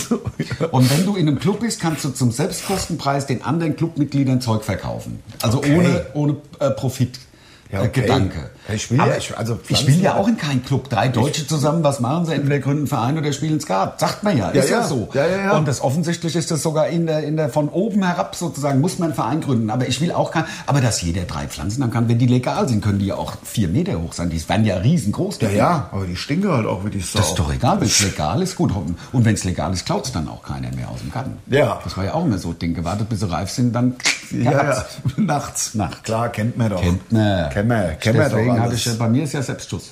Speaker 2: Und wenn du in einem Club bist, kannst du zum Selbstkostenpreis den anderen Clubmitgliedern Zeug verkaufen. Also
Speaker 3: Okay.
Speaker 2: ohne, ohne äh, Profit.
Speaker 3: Ja,
Speaker 2: äh,
Speaker 3: okay.
Speaker 2: Gedanke.
Speaker 3: Ich will ja-
Speaker 2: Aber
Speaker 3: ich- also
Speaker 2: ich
Speaker 3: Pflanzen-
Speaker 2: will ja auch in keinen Club. Drei Deutsche zusammen, was machen sie? Entweder gründen einen Verein oder spielen Skat. Sagt man ja, ist ja,
Speaker 3: ja.
Speaker 2: so.
Speaker 3: Ja, ja, ja.
Speaker 2: Und das offensichtlich ist das sogar in der, in der von oben herab sozusagen, muss man einen Verein gründen. Aber ich will auch kein, aber dass jeder drei Pflanzen haben kann, wenn die legal sind, können die ja auch vier Meter hoch sein. Die werden ja riesengroß.
Speaker 3: (laughs) Ja, ja, aber die stinken halt auch wie die Sau.
Speaker 2: Das ist doch egal, wenn es legal ist, gut. hoffen- Und wenn es legal ist, klaut es dann auch keiner mehr aus dem Garten.
Speaker 3: Ja.
Speaker 2: Das war ja auch immer so ein Ding. Gewartet, bis sie reif sind, dann.
Speaker 3: Ja, ja,
Speaker 2: hat's.
Speaker 3: (laughs) nachts.
Speaker 2: Nachts.
Speaker 3: Klar, kennt man doch.
Speaker 2: Kennt man.
Speaker 3: Kennt man, kennt man
Speaker 2: Deswegen
Speaker 3: doch
Speaker 2: hatte
Speaker 3: alles.
Speaker 2: ich ja, bei mir ist ja Selbstschuss.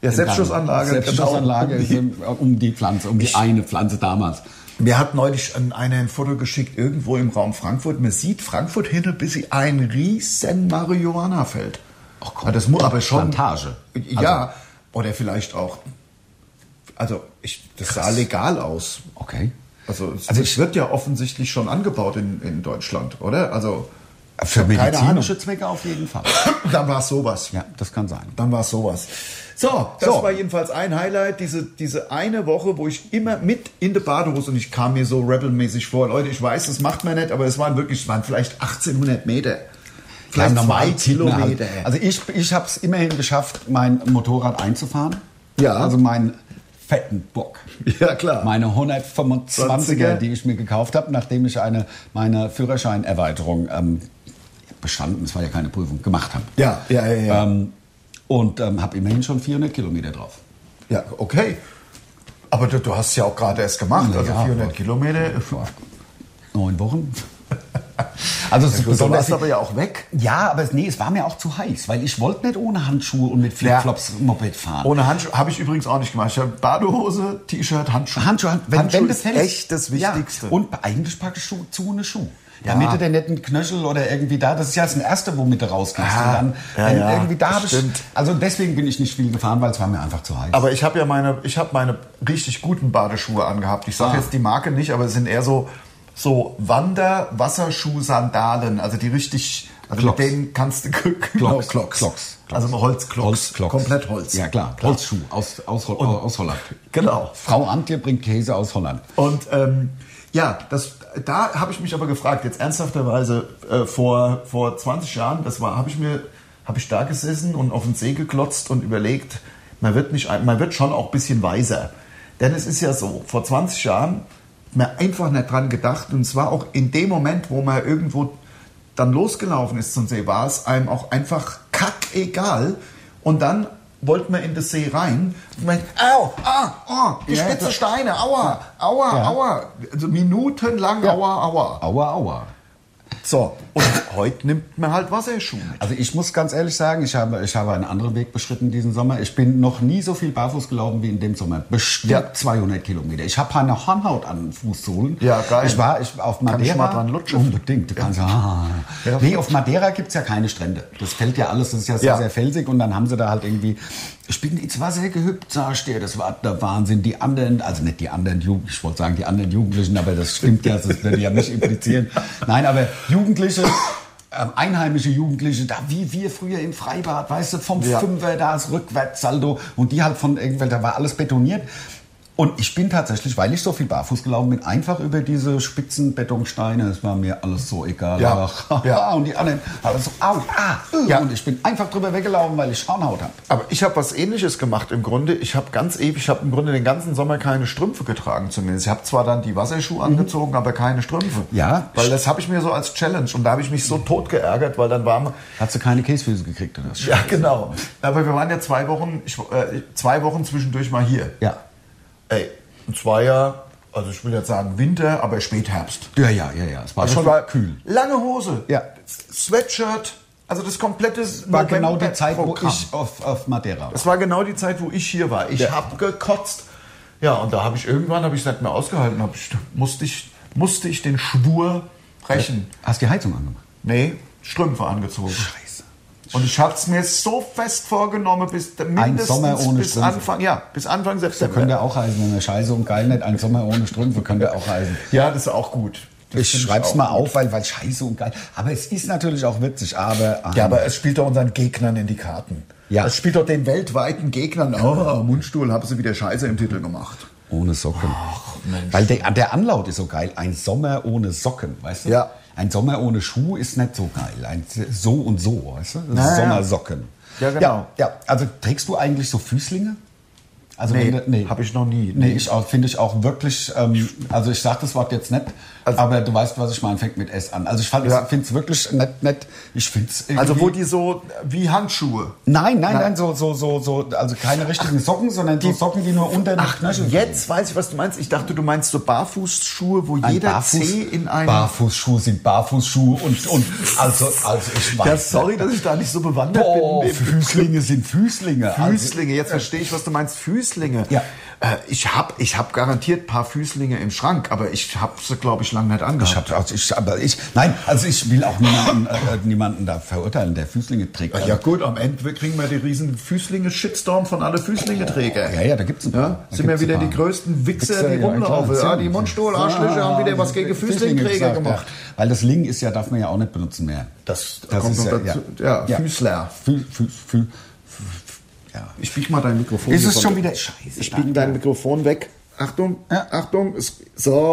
Speaker 3: Ja,
Speaker 2: Im
Speaker 3: Selbstschussanlage,
Speaker 2: Garten. Selbstschussanlage
Speaker 3: genau.
Speaker 2: ist im- um die Pflanze, um die eine Pflanze damals.
Speaker 3: Mir hat neulich ein- einer ein Foto geschickt, irgendwo im Raum Frankfurt. Man sieht Frankfurt hinten, bis sie ein riesen Marihuana-Feld.
Speaker 2: Ach komm.
Speaker 3: Ja, das muss aber schon.
Speaker 2: Plantage. Also,
Speaker 3: Ja, oder vielleicht auch. Also, ich, das sah legal aus.
Speaker 2: Okay.
Speaker 3: Also, es
Speaker 2: Also
Speaker 3: also wird ja offensichtlich schon angebaut in, in Deutschland, oder? Also,
Speaker 2: Für
Speaker 3: ich hab keine Ahnung. (laughs)
Speaker 2: medizinische Zwecke auf jeden Fall.
Speaker 3: Dann war es sowas.
Speaker 2: Ja, das kann sein.
Speaker 3: Dann war es sowas. So, das
Speaker 2: So.
Speaker 3: war jedenfalls ein Highlight, diese, diese eine Woche, wo ich immer mit in der Badehose und ich kam mir so rebelmäßig vor. Leute, ich weiß, das macht man nicht, aber es waren wirklich, es waren vielleicht 1800 Meter. Vielleicht
Speaker 2: Ja, normal
Speaker 3: zwei
Speaker 2: zieht man
Speaker 3: Kilometer.
Speaker 2: Halt. Also ich, ich habe es immerhin geschafft, mein Motorrad einzufahren.
Speaker 3: Ja.
Speaker 2: Also meinen fetten Bock.
Speaker 3: Also, ja, klar.
Speaker 2: Meine 125er,
Speaker 3: 20er,
Speaker 2: die ich mir gekauft habe, nachdem ich eine meiner Führerscheinerweiterung ähm, bestanden, es war ja keine Prüfung, gemacht habe.
Speaker 3: ja, ja, ja. Ja,
Speaker 2: Ähm, und ähm, habe immerhin schon 400 Kilometer drauf.
Speaker 3: ja okay. Aber du, du hast es ja auch gerade erst gemacht, also
Speaker 2: Ja,
Speaker 3: 400
Speaker 2: aber-
Speaker 3: Kilometer. (laughs)
Speaker 2: Vor neun Wochen. Also es ist
Speaker 3: Du warst
Speaker 2: besonders.
Speaker 3: aber ja auch weg.
Speaker 2: Ja, aber es, nee, es war mir auch zu heiß, weil ich wollte nicht ohne Handschuhe und mit Flipflops Moped fahren.
Speaker 3: Ohne Handschuhe habe ich übrigens auch nicht gemacht. Ich habe Badehose, T-Shirt, Handschuhe.
Speaker 2: Handschuhe, wenn,
Speaker 3: Handschuhe
Speaker 2: wenn du
Speaker 3: ist
Speaker 2: fällst-
Speaker 3: echt das Wichtigste.
Speaker 2: Ja, und eigentlich praktisch Schuh, zu eine Schuh.
Speaker 3: Ja.
Speaker 2: Damit du den netten Knöchel oder irgendwie da, das ist ja das Erste, womit du rausgehst.
Speaker 3: Ah,
Speaker 2: und dann,
Speaker 3: ja,
Speaker 2: wenn
Speaker 3: ja,
Speaker 2: irgendwie da
Speaker 3: das
Speaker 2: hab ich,
Speaker 3: stimmt.
Speaker 2: Also deswegen bin ich nicht viel gefahren, weil es war mir einfach zu heiß.
Speaker 3: Aber ich habe ja meine, ich habe meine richtig guten Badeschuhe angehabt. Ich sage
Speaker 2: Ah.
Speaker 3: jetzt die Marke nicht, aber es sind eher so so Wander-Wasserschuh-Sandalen, also die richtig, also
Speaker 2: Clogs.
Speaker 3: mit denen kannst du (laughs) Glocks,
Speaker 2: Clogs, Clogs,
Speaker 3: also mit Holzklocks,
Speaker 2: Holzklotz.
Speaker 3: komplett Holz.
Speaker 2: Ja klar,
Speaker 3: Klar.
Speaker 2: Holzschuh aus, aus, Hol- aus Holland.
Speaker 3: Genau.
Speaker 2: Frau Antje bringt Käse aus Holland.
Speaker 3: Und ähm, ja, das, da habe ich mich aber gefragt, jetzt ernsthafterweise äh, vor, vor 20 Jahren, das war, habe ich mir, habe ich da gesessen und auf den See geklotzt und überlegt, man wird, nicht, ein- man wird schon auch ein bisschen weiser. Denn es ist ja so, vor 20 Jahren hat man einfach nicht dran gedacht und es war auch in dem Moment, wo man irgendwo dann losgelaufen ist zum See, war es einem auch einfach kackegal. Und dann wollte man in den See rein. Und man, au, ah, oh, die
Speaker 2: Ja,
Speaker 3: spitze
Speaker 2: klar.
Speaker 3: Steine, aua, aua,
Speaker 2: Ja.
Speaker 3: aua. Also minutenlang,
Speaker 2: Ja.
Speaker 3: aua, aua.
Speaker 2: Aua, aua.
Speaker 3: So, und heute nimmt man halt Wasserschuhe mit.
Speaker 2: Also ich muss ganz ehrlich sagen, ich habe, ich habe einen anderen Weg beschritten diesen Sommer. Ich bin noch nie so viel barfuß gelaufen wie in dem Sommer. Bestimmt
Speaker 3: Ja.
Speaker 2: 200 Kilometer. Ich habe eine Hornhaut an den Fußsohlen.
Speaker 3: Ja, geil.
Speaker 2: Ich war ich, auf Madeira.
Speaker 3: Kann ich mal dran lutschen?
Speaker 2: Unbedingt. Du kannst, ah.
Speaker 3: Ja.
Speaker 2: Nee, auf Madeira gibt es ja keine Strände. Das fällt ja alles, das ist ja sehr,
Speaker 3: Ja.
Speaker 2: sehr felsig. Und dann haben sie da halt irgendwie, ich bin ins Wasser gehüpft, sah ich dir. Das war der Wahnsinn. Die anderen, also nicht die anderen Jugendlichen, ich wollte sagen die anderen Jugendlichen, aber das stimmt ja, das würde ja nicht implizieren. Nein, aber Jugendliche... ähm, Einheimische Jugendliche, da wie wir früher im Freibad, weißt du, vom
Speaker 3: Ja.
Speaker 2: Fünfer, da ist Rückwärtssaldo und die halt von irgendwelcher, da war alles betoniert. Und ich bin tatsächlich, weil ich so viel barfuß gelaufen bin, einfach über diese spitzen Betonsteine. Es war mir alles so egal.
Speaker 3: Ja,
Speaker 2: Ach,
Speaker 3: ja.
Speaker 2: (laughs) Und die anderen, alles so, au, ah, äh,
Speaker 3: Ja.
Speaker 2: Und ich bin einfach drüber weggelaufen, weil ich Schornhaut habe.
Speaker 3: Aber ich habe was ähnliches gemacht im Grunde. Ich habe ganz ewig, ich habe im Grunde den ganzen Sommer keine Strümpfe getragen zumindest. Ich habe zwar dann die Wasserschuhe angezogen, aber keine Strümpfe.
Speaker 2: Ja.
Speaker 3: Weil das habe ich mir so als Challenge und da habe ich mich so tot geärgert, weil dann war man,
Speaker 2: Hast du keine Käsefüße gekriegt oder was?
Speaker 3: ja (laughs) genau. Aber wir waren ja zwei Wochen, ich, äh, zwei Wochen zwischendurch mal hier.
Speaker 2: Ja.
Speaker 3: Ey, und zwar ja, also ich will jetzt sagen Winter, aber Spätherbst.
Speaker 2: Ja, ja, ja, ja. Es war
Speaker 3: Also
Speaker 2: schon
Speaker 3: es war
Speaker 2: kühl.
Speaker 3: Lange Hose.
Speaker 2: Ja.
Speaker 3: Sweatshirt. Also das komplette
Speaker 2: War genau die
Speaker 3: November-
Speaker 2: Zeit, wo
Speaker 3: Programm.
Speaker 2: ich auf, auf Madeira war.
Speaker 3: Das war genau die Zeit, wo ich hier war. Ich
Speaker 2: Ja.
Speaker 3: habe gekotzt. Ja, und da habe ich irgendwann habe ich es nicht mehr ausgehalten. Hab ich, musste, ich, musste ich den Schwur brechen.
Speaker 2: Hast die Heizung angemacht?
Speaker 3: Nee, Strümpfe angezogen.
Speaker 2: Scheiße.
Speaker 3: Und ich habe es mir so fest vorgenommen, bis mindestens
Speaker 2: Sommer ohne
Speaker 3: bis
Speaker 2: Strümpfe.
Speaker 3: Anfang, ja, bis Anfang September.
Speaker 2: Könnt ihr auch reisen, wenn wir scheiße und geil nicht. Ein Sommer ohne Strümpfe könnt ihr auch reisen.
Speaker 3: ja, das ist auch gut. Das
Speaker 2: Ich
Speaker 3: find
Speaker 2: schreib's
Speaker 3: auch
Speaker 2: mal
Speaker 3: gut.
Speaker 2: auf, weil, weil scheiße und geil. Aber es ist natürlich auch witzig, aber.
Speaker 3: Ja, aber es spielt doch unseren Gegnern in die Karten.
Speaker 2: Ja.
Speaker 3: Es spielt doch den weltweiten Gegnern. Oh, Mundstuhl, haben sie wieder Scheiße im Titel gemacht.
Speaker 2: Ohne Socken.
Speaker 3: Mensch.
Speaker 2: Weil der, der Anlaut ist so geil. Ein Sommer ohne Socken, weißt du?
Speaker 3: Ja.
Speaker 2: Ein Sommer ohne Schuh ist nicht so geil. Ein so und so, weißt du? Das ist
Speaker 3: Na ja.
Speaker 2: Sommersocken.
Speaker 3: Ja, genau.
Speaker 2: Ja, ja, also trägst du eigentlich so Füßlinge? Also
Speaker 3: Nee,
Speaker 2: wenn du-
Speaker 3: hab ich noch nie.
Speaker 2: Nee, ich auch- finde ich auch wirklich, ähm, also ich sage das Wort jetzt nicht,
Speaker 3: Also-
Speaker 2: aber du weißt, was ich meine, fängt mit S an. Also ich
Speaker 3: Ja.
Speaker 2: finde es wirklich nicht, nicht, ich finde es
Speaker 3: Also wo die so wie Handschuhe.
Speaker 2: Nein, nein,
Speaker 3: Na-
Speaker 2: nein, so, so, so, so, also keine richtigen Socken, sondern so Socken, die nur unter den Knöcheln gehen.
Speaker 3: Jetzt weiß ich, was du meinst. Ich dachte, du meinst so Barfußschuhe, wo
Speaker 2: Ein
Speaker 3: jeder
Speaker 2: Barfuß-
Speaker 3: Zeh in einen.
Speaker 2: Barfußschuhe sind Barfußschuhe und, und also, also ich weiß.
Speaker 3: ja, sorry, dass ich da nicht so bewandert
Speaker 2: Boah,
Speaker 3: bin.
Speaker 2: Füßlinge sind Füßlinge. Also
Speaker 3: Füßlinge, jetzt verstehe ich, was du meinst. Füßlinge.
Speaker 2: Ja.
Speaker 3: Äh, ich habe ich hab garantiert ein paar Füßlinge im Schrank, aber ich habe sie, glaube ich, lange nicht angehabt.
Speaker 2: Ich hab, also ich, aber ich, nein, also ich will auch niemanden, äh, niemanden da verurteilen, der Füßlinge trägt.
Speaker 3: Ja gut, am Ende kriegen wir die riesen Füßlinge-Shitstorm von alle Füßlinge-Träger.
Speaker 2: ja, ja, da gibt's ein paar.
Speaker 3: Ja,
Speaker 2: Da
Speaker 3: sind wir
Speaker 2: gibt's ein
Speaker 3: wieder
Speaker 2: paar.
Speaker 3: die größten Wichser, die
Speaker 2: ja,
Speaker 3: rumlaufen.
Speaker 2: klar,
Speaker 3: Ja,
Speaker 2: sind-
Speaker 3: die Mundstuhl-Arschlöcher
Speaker 2: Ja,
Speaker 3: haben wieder was
Speaker 2: die
Speaker 3: gegen Füßlinge-Träger
Speaker 2: gesagt,
Speaker 3: gemacht.
Speaker 2: Ja. Weil das Ling ist ja, darf man ja auch nicht benutzen mehr.
Speaker 3: Das kommt noch dazu. Ja, Füßler.
Speaker 2: Fü, fü, fü, fü, ja.
Speaker 3: Ich biege mal dein Mikrofon.
Speaker 2: Ist
Speaker 3: hier
Speaker 2: es
Speaker 3: von-
Speaker 2: schon wieder scheiße?
Speaker 3: Ich biege dein Mikrofon weg. Achtung,
Speaker 2: Ja.
Speaker 3: Achtung. es-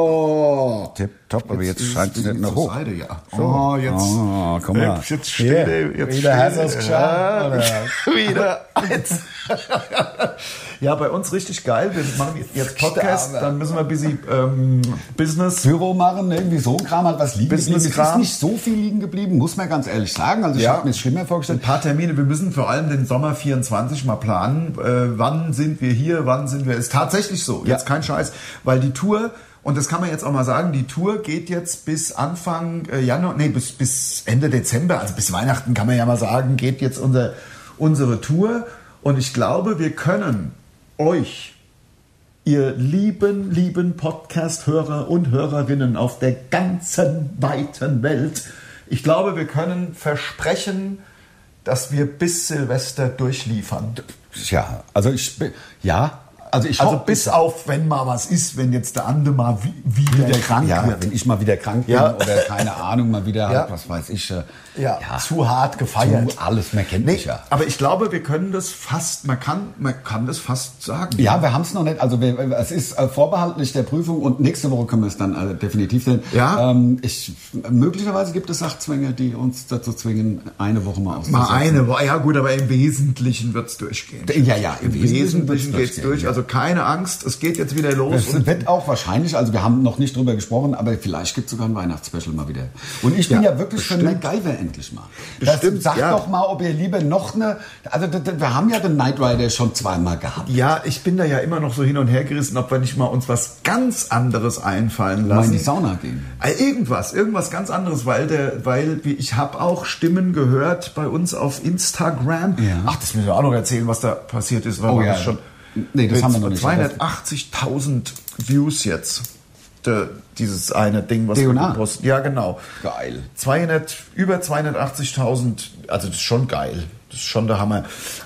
Speaker 3: So.
Speaker 2: Tipptopp, aber jetzt
Speaker 3: ist
Speaker 2: schreibt
Speaker 3: die
Speaker 2: es nicht mehr
Speaker 3: zur
Speaker 2: hoch.
Speaker 3: Seite, ja.
Speaker 2: So.
Speaker 3: Oh, jetzt.
Speaker 2: Oh, komm mal.
Speaker 3: Jetzt, jetzt steht der.
Speaker 2: Hier.
Speaker 3: Jetzt
Speaker 2: Wieder
Speaker 3: steht-
Speaker 2: hast du es geschafft,
Speaker 3: Ja,
Speaker 2: (laughs)
Speaker 3: wieder eins. ja, bei uns richtig geil. Wir machen jetzt Podcast,
Speaker 2: Starbe.
Speaker 3: dann müssen wir ein bisschen ähm, Business.
Speaker 2: Büro machen, ne? irgendwie so ein Kram hat was liegen geblieben. Es ist
Speaker 3: Business-Kram.
Speaker 2: nicht so viel liegen geblieben, muss man ganz ehrlich sagen. Also ich
Speaker 3: Ja.
Speaker 2: habe mir es schlimmer
Speaker 3: Ein
Speaker 2: vorgestellt.
Speaker 3: paar Termine. Wir müssen vor allem den Sommer 24 mal planen. Äh, wann sind wir hier? Wann sind wir? Ist tatsächlich so. Jetzt
Speaker 2: Ja.
Speaker 3: kein Scheiß, weil die Tour und das kann man jetzt auch mal sagen. Die Tour geht jetzt bis Anfang äh, Januar, nee, bis bis Ende Dezember, also bis Weihnachten kann man ja mal sagen, geht jetzt unser unsere Tour. Und ich glaube, wir können euch ihr lieben, lieben Podcast-Hörer und Hörerinnen auf der ganzen weiten Welt. Ich glaube, wir können versprechen, dass wir bis Silvester durchliefern.
Speaker 2: Ja, also ich, bin- ja, also ich
Speaker 3: Also
Speaker 2: hoffe-
Speaker 3: bis auf, wenn mal was ist, wenn jetzt der andere mal wi- wieder, krank
Speaker 2: ja,
Speaker 3: wird.
Speaker 2: wenn ich mal wieder krank bin
Speaker 3: Ja.
Speaker 2: oder keine Ahnung, mal
Speaker 3: (laughs)
Speaker 2: wieder,
Speaker 3: Ja.
Speaker 2: halt, was weiß ich. äh,
Speaker 3: Ja, zu hart gefeiert.
Speaker 2: zu alles, man kennt
Speaker 3: Nee,
Speaker 2: mich ja.
Speaker 3: aber ich glaube, wir können das fast, man kann, man kann das fast sagen.
Speaker 2: Ja, wir haben es noch nicht. Also wir, es ist äh, vorbehaltlich der Prüfung und nächste Woche können wir es dann äh, definitiv sehen.
Speaker 3: Ja.
Speaker 2: Ähm, ich, möglicherweise gibt es Sachzwänge, die uns dazu zwingen, eine Woche mal
Speaker 3: Mal
Speaker 2: auszusetzen.
Speaker 3: eine, Woche. ja gut, aber im Wesentlichen wird's durchgehen.
Speaker 2: Ja, ja,
Speaker 3: im,
Speaker 2: im Wesentlichen
Speaker 3: Wesentlichen,
Speaker 2: wird's
Speaker 3: geht's
Speaker 2: durchgehen,
Speaker 3: durch.
Speaker 2: ja.
Speaker 3: Also keine Angst, es geht jetzt wieder los.
Speaker 2: Es wird auch wahrscheinlich, also wir haben noch nicht drüber gesprochen, aber vielleicht gibt es sogar ein Weihnachtsspecial mal wieder. Und ich bin ja,
Speaker 3: Ja,
Speaker 2: wirklich für
Speaker 3: bestimmt.
Speaker 2: MacGyver endlich mal. das
Speaker 3: Bestimmt,
Speaker 2: sagt
Speaker 3: ja.
Speaker 2: doch mal, ob ihr lieber noch eine. Also d- d- wir haben ja den Knight Rider schon zweimal gehabt.
Speaker 3: Ja, ich bin da ja immer noch so hin und her gerissen, ob wir nicht mal uns was ganz anderes einfallen
Speaker 2: Mal in
Speaker 3: lassen.
Speaker 2: die Sauna gehen.
Speaker 3: Äh, Irgendwas, irgendwas ganz anderes, weil der, weil wie- ich habe auch Stimmen gehört bei uns auf Instagram.
Speaker 2: Ja.
Speaker 3: Ach, das müssen wir auch noch erzählen, was da passiert ist. Weil
Speaker 2: Oh
Speaker 3: wir
Speaker 2: ja.
Speaker 3: das schon
Speaker 2: Nee, das haben wir noch nicht.
Speaker 3: 280.000 Views jetzt. De, dieses eine Ding, was
Speaker 2: D&A.
Speaker 3: wir gepostet. Ja, genau.
Speaker 2: Geil.
Speaker 3: 200, über 280.000, also das ist schon geil. Das ist schon der Hammer.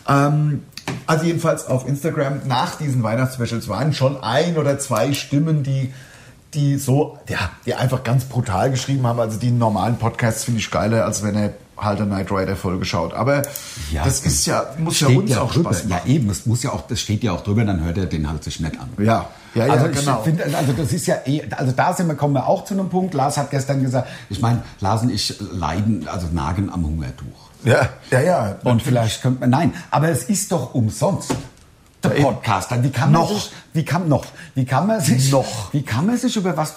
Speaker 3: Ähm, also jedenfalls auf Instagram nach diesen Weihnachtsspecials waren schon ein oder zwei Stimmen, die die so, ja, die einfach ganz brutal geschrieben haben. Also die normalen Podcasts finde ich geiler, als wenn er Halter Knight Rider vollgeschaut. Aber
Speaker 2: Ja,
Speaker 3: das
Speaker 2: es
Speaker 3: ist ja, muss ja
Speaker 2: steht
Speaker 3: uns auch
Speaker 2: drüber.
Speaker 3: Spaß machen.
Speaker 2: Ja, eben, es muss ja auch, das steht ja auch drüber, dann hört er den halt sich nicht an.
Speaker 3: Ja, ja, ja,
Speaker 2: also
Speaker 3: genau.
Speaker 2: Ich find, also das ist ja, eh, also da sind wir, kommen wir auch zu einem Punkt. Lars hat gestern gesagt, ich meine, Lars und ich leiden, also nagen am Hungertuch.
Speaker 3: Ja, ja, ja.
Speaker 2: Und vielleicht könnte man, nein, aber es ist doch umsonst. Der
Speaker 3: Ja, eben.
Speaker 2: Podcaster, wie kann man
Speaker 3: Äh, Noch.
Speaker 2: sich, wie kann noch, wie kann man sich,
Speaker 3: Noch.
Speaker 2: wie kann man sich über was,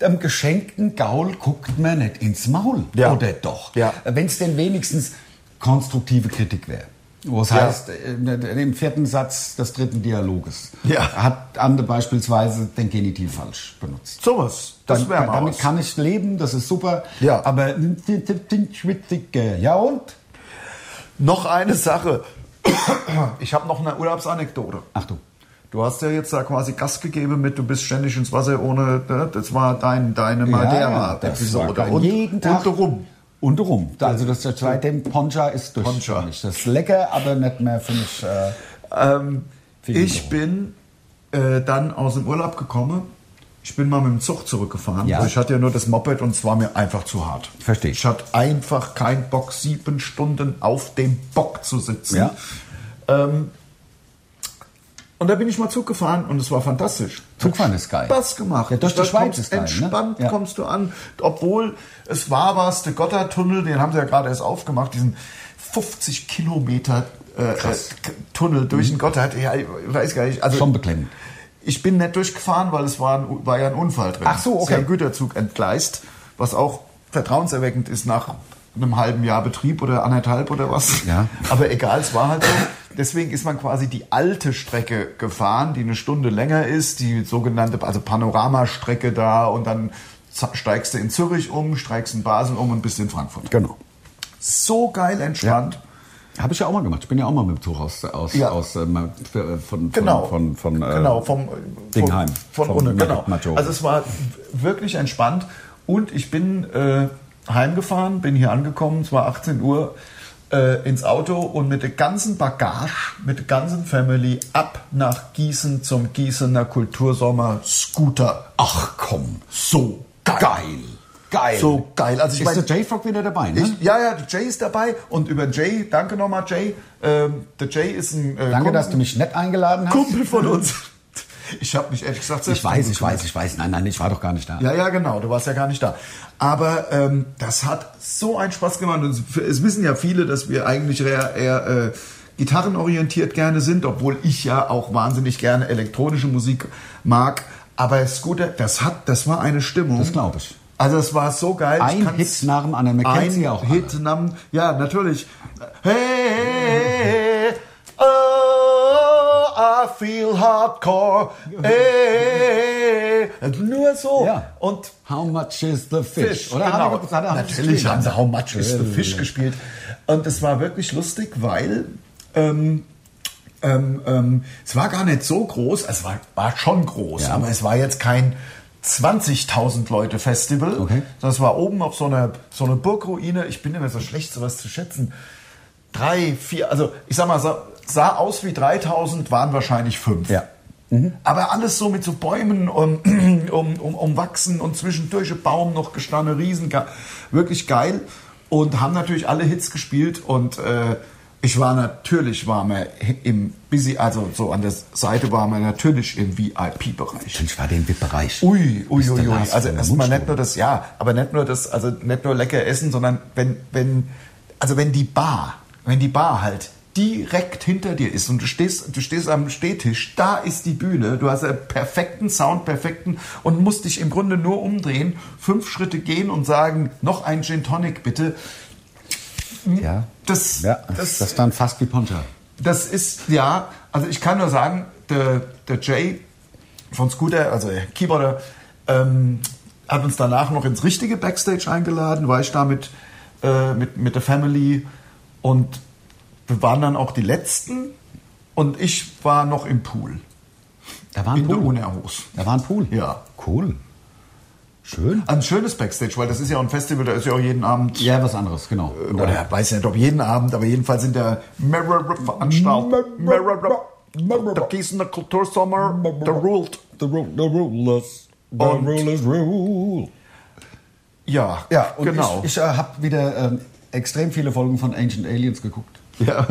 Speaker 2: dem geschenkten Gaul guckt man nicht ins Maul,
Speaker 3: Ja.
Speaker 2: oder doch?
Speaker 3: Ja.
Speaker 2: Wenn es denn wenigstens konstruktive Kritik wäre. Wo es
Speaker 3: Ja.
Speaker 2: heißt, äh, im vierten Satz des dritten Dialoges
Speaker 3: Ja.
Speaker 2: hat Ande beispielsweise den Genitiv falsch benutzt.
Speaker 3: Sowas, das
Speaker 2: Dann-
Speaker 3: wäre mal
Speaker 2: Damit
Speaker 3: was.
Speaker 2: kann ich leben, das ist super.
Speaker 3: Ja.
Speaker 2: Aber äh, ja und?
Speaker 3: Noch eine Sache. (coughs) Ich habe noch eine Urlaubsanekdote.
Speaker 2: Achtung.
Speaker 3: Du hast ja jetzt da quasi Gas gegeben mit, du bist ständig ins Wasser ohne, ne? das war dein, deine
Speaker 2: das
Speaker 3: Madeira-Episode.
Speaker 2: war geil. jeden Tag.
Speaker 3: Und rum.
Speaker 2: Und rum. Also das der zweite Poncha ist durch.
Speaker 3: Poncha.
Speaker 2: für mich. Das ist lecker, aber nicht mehr für mich. Äh,
Speaker 3: Ähm,
Speaker 2: Viel
Speaker 3: ich bin äh, dann aus dem Urlaub gekommen. Ich bin mal mit dem Zug zurückgefahren.
Speaker 2: Ja.
Speaker 3: Also ich hatte ja nur das Moped und es war mir einfach zu hart.
Speaker 2: Verstehe.
Speaker 3: Ich hatte einfach keinen Bock, sieben Stunden auf dem Bock zu sitzen.
Speaker 2: Ja.
Speaker 3: Ähm, und da bin ich mal Zug gefahren und es war fantastisch.
Speaker 2: Zugfahren ist geil.
Speaker 3: Spaß gemacht.
Speaker 2: Ja, durch die
Speaker 3: Da
Speaker 2: Schweiz
Speaker 3: kommst
Speaker 2: ist geil, ne?
Speaker 3: Entspannt
Speaker 2: Ja.
Speaker 3: kommst du an, obwohl es war was, der Gotthardtunnel, den haben sie ja gerade erst aufgemacht, diesen 50 Kilometer äh, äh, Tunnel durch den Gotthard. Ja, ich weiß gar nicht. Also
Speaker 2: Mhm. Schon beklemmend.
Speaker 3: Ich bin nicht durchgefahren, weil es war, ein, war ja ein Unfall drin.
Speaker 2: Ach so,
Speaker 3: Es ist ja
Speaker 2: okay.
Speaker 3: ein Güterzug entgleist, was auch vertrauenserweckend ist nach einem halben Jahr Betrieb oder anderthalb oder was.
Speaker 2: Ja.
Speaker 3: Aber egal, es war halt so. Deswegen ist man quasi die alte Strecke gefahren, die eine Stunde länger ist, die sogenannte also Panoramastrecke da und dann z- steigst du in Zürich um, steigst in Basel um und bist in Frankfurt.
Speaker 2: Genau.
Speaker 3: So geil entspannt.
Speaker 2: Habe ich ja auch mal gemacht. Ich bin ja auch mal mit dem Zug aus, aus,
Speaker 3: Ja.
Speaker 2: aus äh, von, von,
Speaker 3: Genau.
Speaker 2: von, von, äh,
Speaker 3: genau, vom,
Speaker 2: Dingheim.
Speaker 3: Von,
Speaker 2: Vom
Speaker 3: von Unne, genau.
Speaker 2: Macho.
Speaker 3: Also es war wirklich entspannt und ich bin äh, heimgefahren, bin hier angekommen, es war 18 Uhr, äh, ins Auto und mit der ganzen Bagage, mit der ganzen Family ab nach Gießen zum Gießener Kultursommer Scooter.
Speaker 2: Ach komm.
Speaker 3: So geil.
Speaker 2: Geil. Geil.
Speaker 3: So geil. Also ich
Speaker 2: ist
Speaker 3: mein-
Speaker 2: der J-Frog wieder dabei, ne?
Speaker 3: ich, ja, ja, der Jay ist dabei und über Jay, danke nochmal Jay. Ähm, der Jay ist ein äh,
Speaker 2: Danke,
Speaker 3: Kumpel-
Speaker 2: dass du mich nett eingeladen hast.
Speaker 3: Kumpel von uns. Ich habe mich ehrlich gesagt selbst
Speaker 2: Ich weiß, ich
Speaker 3: umgekümmert.
Speaker 2: weiß, ich weiß. Nein, nein, ich war doch gar nicht da.
Speaker 3: Ja, ja, genau. Du warst ja gar nicht da. Aber ähm, das hat so einen Spaß gemacht. Und es- es wissen ja viele, dass wir eigentlich eher, eher äh, gitarrenorientiert gerne sind, obwohl ich ja auch wahnsinnig gerne elektronische Musik mag. Aber Scooter, das hat, das war eine Stimmung.
Speaker 2: Das glaub ich.
Speaker 3: Also es war so geil. Ich
Speaker 2: Ein
Speaker 3: kann's-
Speaker 2: Hit nach dem anderen. Man
Speaker 3: ein
Speaker 2: kennt sie ja auch alle.
Speaker 3: Hit nam, ja, natürlich. Hey, hey, hey, oh, I feel hardcore. Hey, nur so.
Speaker 2: Ja.
Speaker 3: Und
Speaker 2: How much is the fish?
Speaker 3: Fish,
Speaker 2: Oder
Speaker 3: genau.
Speaker 2: Hat er- hat er- hat er-
Speaker 3: Natürlich haben sie äh, How Much is the Fish gespielt. Und es war wirklich lustig, weil ähm, ähm, ähm, es war gar nicht so groß, es war, war schon groß,
Speaker 2: Ja.
Speaker 3: aber es war jetzt kein 20.000 Leute Festival.
Speaker 2: Okay.
Speaker 3: Das war oben auf so einer so eine Burgruine. Ich bin immer so schlecht, sowas zu schätzen. Drei, vier, also ich sag mal, sah, sah aus wie 3000, waren wahrscheinlich fünf.
Speaker 2: Ja.
Speaker 3: Aber alles so mit so Bäumen um, (clears throat) um, um, umwachsen und zwischendurch ein Baum noch gestanden, riesen, wirklich geil. Und haben natürlich alle Hits gespielt und äh, ich war natürlich, war mir im Busy, also so an der Seite war man natürlich im VIP-Bereich.
Speaker 2: Ich war den VIP-Bereich.
Speaker 3: Ui, ui,
Speaker 2: Mr.
Speaker 3: ui, ui.
Speaker 2: Lars
Speaker 3: Also
Speaker 2: von der
Speaker 3: erstmal nicht
Speaker 2: Mundstuhl.
Speaker 3: nur das, ja, aber nicht nur das, also nicht nur lecker essen, sondern wenn, wenn, also wenn die Bar, wenn die Bar halt direkt hinter dir ist und du stehst, du stehst am Stehtisch, da ist die Bühne, du hast einen perfekten Sound, perfekten und musst dich im Grunde nur umdrehen, fünf Schritte gehen und sagen, noch ein Gin Tonic bitte.
Speaker 2: Ja.
Speaker 3: Das,
Speaker 2: Ja,
Speaker 3: das,
Speaker 2: das,
Speaker 3: das,
Speaker 2: dann fast wie Poncha.
Speaker 3: ist, ja, also ich kann nur sagen, der, der Jay von Scooter, also der Keyboarder, ähm, hat uns danach noch ins richtige Backstage eingeladen, war ich da mit, äh, mit, mit der Family und wir waren dann auch die Letzten und ich war noch im Pool.
Speaker 2: Da war ein
Speaker 3: In der
Speaker 2: Pool.
Speaker 3: Unerhos.
Speaker 2: Da war ein Pool.
Speaker 3: Ja.
Speaker 2: Cool. Schön.
Speaker 3: Ein schönes Backstage, weil das ist ja auch ein Festival, da ist ja auch jeden Abend,
Speaker 2: Ja, was anderes, genau.
Speaker 3: Äh, oder weiß nicht, ob jeden Abend, aber jedenfalls in der Mirror-Veranstaltung, Mirror,
Speaker 2: Mirror-
Speaker 3: der Gießener Kultursommer, der ruled.
Speaker 2: The, ru- the rulers. The
Speaker 3: Und-
Speaker 2: rulers rule.
Speaker 3: Ja,
Speaker 2: Ja, und
Speaker 3: genau.
Speaker 2: ich, ich äh, habe wieder ähm, extrem viele Folgen von Ancient Aliens geguckt. (laughs)
Speaker 3: Ja.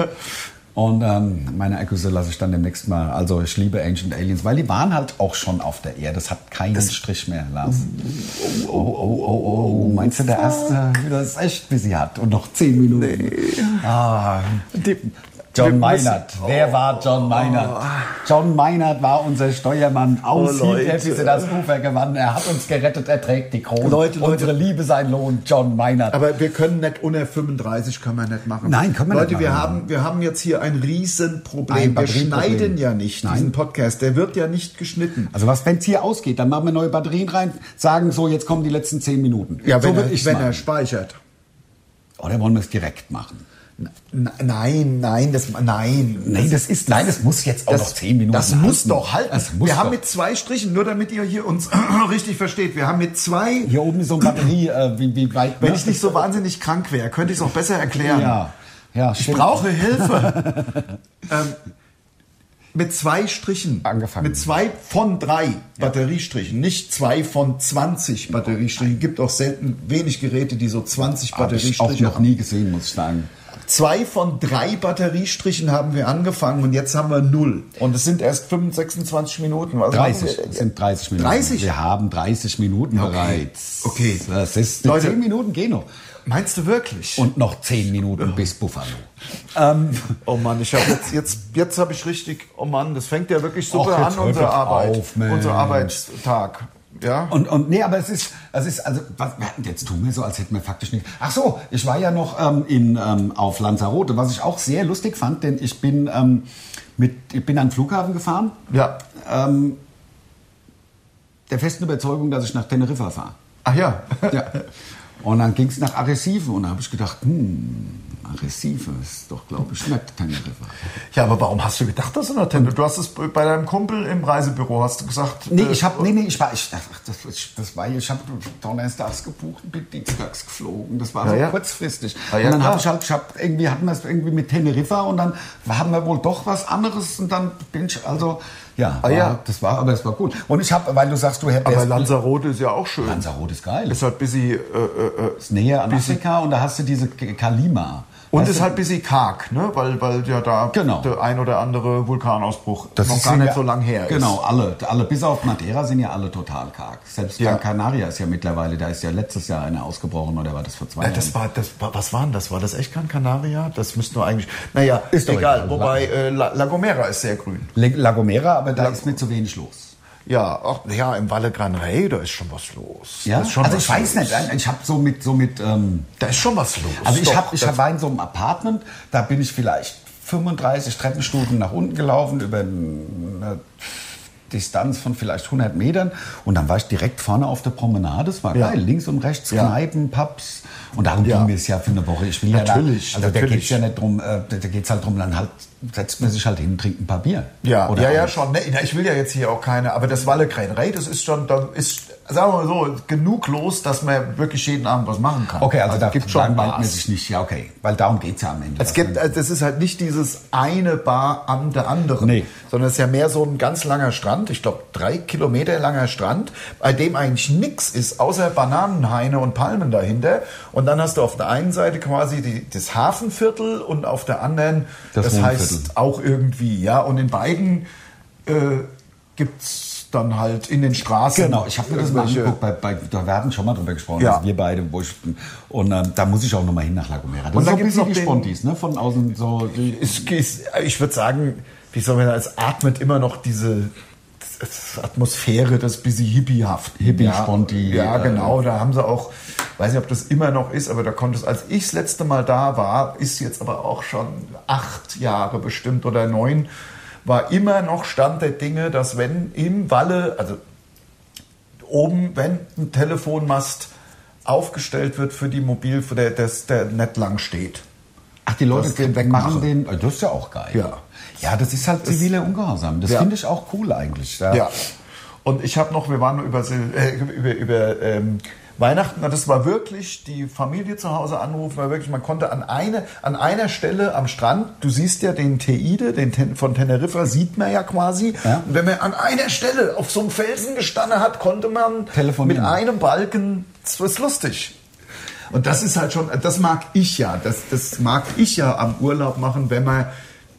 Speaker 2: Und ähm, meine Ergüsse lasse ich dann demnächst mal. Also ich liebe Ancient Aliens, weil die waren halt auch schon auf der Erde. Das hat keinen Strich mehr, Lars. Oh, oh, oh, oh, meinst du, der erste, das ist echt busy hat und noch zehn Minuten. Ah, John
Speaker 3: wir müssen- Oh.
Speaker 2: Meinert. Wer war John Meinert? John Meinert war unser Steuermann. Aussieht
Speaker 3: Oh,
Speaker 2: er,
Speaker 3: Leute.
Speaker 2: bis er das Ufer gewann. Er hat uns gerettet, er trägt die Krone.
Speaker 3: Leute, Leute.
Speaker 2: Unsere Liebe sein Lohn, John Meinert.
Speaker 3: Aber wir können nicht unter 35 können wir nicht machen.
Speaker 2: Nein, können wir
Speaker 3: Leute,
Speaker 2: nicht
Speaker 3: wir
Speaker 2: machen.
Speaker 3: haben wir haben jetzt hier ein
Speaker 2: Ein
Speaker 3: Riesenproblem. wir
Speaker 2: Batterieproblem.
Speaker 3: schneiden ja nicht
Speaker 2: Nein.
Speaker 3: diesen Podcast. Der wird ja nicht geschnitten.
Speaker 2: Also was, wenn es hier ausgeht, dann machen wir neue Batterien rein, sagen so, jetzt kommen die letzten zehn Minuten. so
Speaker 3: wenn,
Speaker 2: würd
Speaker 3: er,
Speaker 2: ich's
Speaker 3: wenn
Speaker 2: machen.
Speaker 3: er speichert.
Speaker 2: Oder wollen wir es direkt machen?
Speaker 3: N nein, nein, das nein.
Speaker 2: Nein, das ist, nein, das muss jetzt auch noch zehn Minuten
Speaker 3: Das muss doch halten.
Speaker 2: Das muss
Speaker 3: wir haben
Speaker 2: doch.
Speaker 3: mit zwei Strichen, nur damit ihr hier uns (clears throat) richtig versteht, wir haben mit zwei,
Speaker 2: hier oben ist so eine Batterie, äh, wie, wie weit...
Speaker 3: wenn
Speaker 2: ne?
Speaker 3: ich nicht so wahnsinnig krank wäre, könnte ich es auch besser erklären.
Speaker 2: Ja, ja
Speaker 3: Ich brauche Hilfe. (laughs) ähm, mit zwei Strichen.
Speaker 2: Angefangen.
Speaker 3: Mit zwei von drei Batteriestrichen. Nicht zwei von 20 Batteriestrichen. Gibt auch selten wenig Geräte, die so 20
Speaker 2: Habe ich auch
Speaker 3: Batteriestriche
Speaker 2: noch
Speaker 3: haben.
Speaker 2: nie gesehen, muss ich sagen.
Speaker 3: Zwei von drei Batteriestrichen haben wir angefangen und jetzt haben wir null. Und es sind erst 25, 26 Minuten. Was
Speaker 2: 30,
Speaker 3: machen
Speaker 2: es
Speaker 3: wir?
Speaker 2: sind 30 Minuten.
Speaker 3: 30?
Speaker 2: Wir haben 30 Minuten bereits.
Speaker 3: Okay.
Speaker 2: Das ist,
Speaker 3: Leute.
Speaker 2: 10 Minuten gehen noch.
Speaker 3: Meinst du wirklich?
Speaker 2: Und noch 10 Minuten bis Buffalo.
Speaker 3: oh Mann, ich habe (laughs) jetzt, jetzt, jetzt habe ich richtig, oh Mann, das fängt ja wirklich super
Speaker 2: Ach, jetzt
Speaker 3: an,
Speaker 2: hört
Speaker 3: unsere
Speaker 2: doch
Speaker 3: Arbeit.
Speaker 2: auf, Mensch.
Speaker 3: unser Arbeitstag. Ja?
Speaker 2: Und, und nee, aber es ist, es ist, also, was, wir hatten- jetzt tun wir so, als hätten wir faktisch nichts. Ach so, ich war ja noch ähm, in, ähm, auf Lanzarote, was ich auch sehr lustig fand, denn ich bin, ähm, mit, ich bin an den Flughafen gefahren,
Speaker 3: ja.
Speaker 2: ähm, der festen Überzeugung, dass ich nach Teneriffa fahre.
Speaker 3: Ach ja. (laughs)
Speaker 2: Ja. Und dann ging es nach Arrecife und da habe ich gedacht, hm, Arrecife ist doch, glaube ich, nicht Teneriffa.
Speaker 3: Ja, aber warum hast du gedacht, dass du nach Teneriffa? Du hast es bei deinem Kumpel im Reisebüro hast du gesagt.
Speaker 2: Nee,
Speaker 3: äh,
Speaker 2: ich habe nee, nee, ich war ich ach, das, ich- das war ich habe donnerstags gebucht und bin dienstags geflogen. Das war
Speaker 3: Ja,
Speaker 2: so
Speaker 3: ja.
Speaker 2: kurzfristig.
Speaker 3: Ah, ja,
Speaker 2: und dann
Speaker 3: klar.
Speaker 2: habe ich halt ich hab irgendwie hatten wir es irgendwie mit Teneriffa und dann haben wir wohl doch was anderes und dann bin ich also ja,
Speaker 3: Ah,
Speaker 2: war,
Speaker 3: ja.
Speaker 2: das war aber es war gut. Und ich habe weil du sagst, du
Speaker 3: Aber
Speaker 2: hättest
Speaker 3: Lanzarote ist ja auch schön.
Speaker 2: Lanzarote ist geil.
Speaker 3: Ist halt busy. Äh, äh, äh,
Speaker 2: ist näher an Afrika und da hast du diese K- Kalima.
Speaker 3: und
Speaker 2: Weißt
Speaker 3: ist
Speaker 2: du,
Speaker 3: halt busy karg, ne? Weil, weil ja da
Speaker 2: Genau.
Speaker 3: der ein oder andere Vulkanausbruch
Speaker 2: das
Speaker 3: noch
Speaker 2: ist
Speaker 3: gar
Speaker 2: ja-
Speaker 3: nicht so lang her
Speaker 2: Genau, alle, alle, bis auf Madeira sind ja alle total karg. Selbst
Speaker 3: Ja.
Speaker 2: Gran Canaria ist ja mittlerweile, da ist ja letztes Jahr einer ausgebrochen oder war das vor zwei
Speaker 3: ist. Äh,
Speaker 2: Jahren?
Speaker 3: Das war, das war, was war denn das? War das echt Gran Canaria? Das müssten wir eigentlich. Naja,
Speaker 2: Ist
Speaker 3: ist
Speaker 2: doch
Speaker 3: egal.
Speaker 2: egal.
Speaker 3: Wobei äh, La, La Gomera ist sehr grün.
Speaker 2: Le- La Gomera, aber da ist mir zu wenig los.
Speaker 3: Ja, ach, ja, im Valle Gran Rey, da ist schon was los. Da Ist schon
Speaker 2: also
Speaker 3: was
Speaker 2: ich weiß
Speaker 3: los.
Speaker 2: nicht, ich habe so mit, so mit, ähm,
Speaker 3: Da ist schon was los.
Speaker 2: also ich
Speaker 3: Doch,
Speaker 2: habe, ich
Speaker 3: das-
Speaker 2: hab, war in so einem Apartment, da bin ich vielleicht 35 Treppenstufen nach unten gelaufen über eine Distanz von vielleicht 100 Metern und dann war ich direkt vorne auf der Promenade, das war
Speaker 3: Ja.
Speaker 2: geil, links und rechts
Speaker 3: Ja.
Speaker 2: Kneipen, Pubs und darum
Speaker 3: Ja.
Speaker 2: ging es ja für eine Woche. Ich will
Speaker 3: Natürlich,
Speaker 2: ja da, also da
Speaker 3: natürlich.
Speaker 2: geht's ja nicht drum, äh, da da geht's halt drum, dann halt setzt man sich halt hin, trinkt ein paar Bier.
Speaker 3: Ja,
Speaker 2: Oder
Speaker 3: ja, ja,
Speaker 2: auch-
Speaker 3: schon. Ne, ich will ja jetzt hier auch keine, aber das Valle Crane Rey, das ist schon, da ist, sagen wir mal so, genug los, dass man wirklich jeden Abend was machen kann.
Speaker 2: Okay, also, da gibt schon man
Speaker 3: Bars.
Speaker 2: sich nicht. Ja, okay, weil darum geht's ja am Ende.
Speaker 3: Es
Speaker 2: Dass
Speaker 3: gibt,
Speaker 2: man-
Speaker 3: also das ist halt nicht dieses eine Bar an der anderen,
Speaker 2: Nee.
Speaker 3: sondern es ist ja mehr so ein ganz langer Strand, ich glaube drei Kilometer langer Strand, bei dem eigentlich nichts ist, außer Bananenhaine und Palmen dahinter. Und dann hast du auf der einen Seite quasi die, das Hafenviertel und auf der anderen,
Speaker 2: Das
Speaker 3: das,
Speaker 2: Wohnviertel.
Speaker 3: heißt auch irgendwie, ja. Und in beiden äh, gibt's dann halt in den Straßen.
Speaker 2: Genau, ich habe mir das mal
Speaker 3: irgendwelche-
Speaker 2: angeguckt, bei, bei, da, wir hatten schon mal drüber gesprochen,
Speaker 3: Ja.
Speaker 2: also wir beide, wo ich, und ähm, da muss ich auch nochmal hin nach La Gomera. Das
Speaker 3: Und dann
Speaker 2: ist so ein
Speaker 3: gibt's
Speaker 2: bisschen
Speaker 3: noch
Speaker 2: die
Speaker 3: den-
Speaker 2: Spontis, ne, von außen so, die,
Speaker 3: es, es, ich würde sagen, wie soll man sagen, es atmet immer noch diese das- Atmosphäre des busy Hippie-haften.
Speaker 2: Hippie-Sponti,
Speaker 3: Ja, ja,
Speaker 2: äh,
Speaker 3: genau. Da haben sie auch, weiß nicht, ob das immer noch ist, aber da konnte es, als ich das letzte Mal da war, ist jetzt aber auch schon acht Jahre bestimmt oder neun, war immer noch Stand der Dinge, dass wenn im Walle, also oben, wenn ein Telefonmast aufgestellt wird für die Mobil, für der, der, der nicht lang steht.
Speaker 2: ach, die Leute
Speaker 3: Das den
Speaker 2: machen
Speaker 3: wegmachen.
Speaker 2: den, äh, das ist ja auch geil.
Speaker 3: Ja.
Speaker 2: Ja, das ist halt ziviler Ungehorsam. Das
Speaker 3: Ja.
Speaker 2: finde ich auch cool eigentlich. Ja.
Speaker 3: Ja. Und ich habe noch, wir waren über, Sil- äh, über, über ähm, Weihnachten, und das war wirklich die Familie zu Hause anrufen, war wirklich, man konnte an, eine, an einer Stelle am Strand, du siehst ja den Teide, den Ten, von Teneriffa, sieht man ja quasi.
Speaker 2: Ja.
Speaker 3: Und wenn man an einer Stelle auf so einem Felsen gestanden hat, konnte man
Speaker 2: Telefonieren.
Speaker 3: mit einem Balken, das ist lustig. Und das ist halt schon, das mag ich ja. Das, das mag ich ja am Urlaub machen, wenn man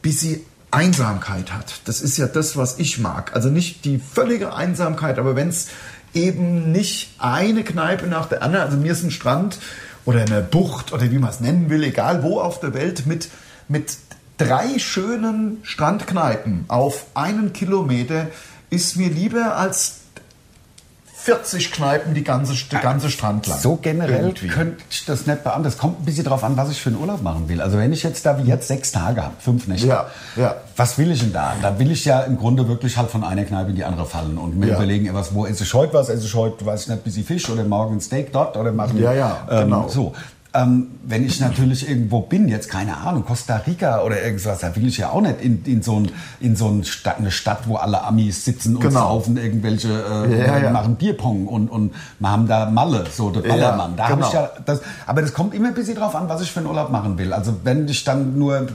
Speaker 3: bisschen Einsamkeit hat. Das ist ja das, was ich mag. Also nicht die völlige Einsamkeit, aber wenn es eben nicht eine Kneipe nach der anderen, also mir ist ein Strand oder eine Bucht oder wie man es nennen will, egal wo auf der Welt, mit, mit drei schönen Strandkneipen auf einen Kilometer ist mir lieber als 40 Kneipen die ganze, der ganze Strand lang.
Speaker 2: Ah, So generell
Speaker 3: Irgendwie.
Speaker 2: könnte ich das nicht beantworten. Das kommt ein bisschen drauf an, was ich für einen Urlaub machen will. Also wenn ich jetzt da wie jetzt sechs Tage habe, fünf Nächte,
Speaker 3: Ja, ja.
Speaker 2: was will ich denn da? Da will ich ja im Grunde wirklich halt von einer Kneipe in die andere fallen und mir
Speaker 3: Ja.
Speaker 2: überlegen, was, wo esse ich heute was, esse ich heute, weiß ich nicht, ein bisschen Fisch oder morgen ein Steak dort oder machen
Speaker 3: Ja, ja, genau.
Speaker 2: ähm, so. Ähm, wenn ich natürlich irgendwo bin, jetzt keine Ahnung, Costa Rica oder irgendwas, da will ich ja auch nicht in, in so, ein, in so ein Sta- eine Stadt, wo alle Amis sitzen und
Speaker 3: Genau.
Speaker 2: saufen irgendwelche äh,
Speaker 3: Ja,
Speaker 2: und
Speaker 3: ja.
Speaker 2: machen Bierpong und, und wir haben da Malle, so der Ballermann. da hab
Speaker 3: genau.
Speaker 2: ich ja das, aber das kommt immer ein bisschen drauf an, was ich für einen Urlaub machen will. Also wenn ich dann nur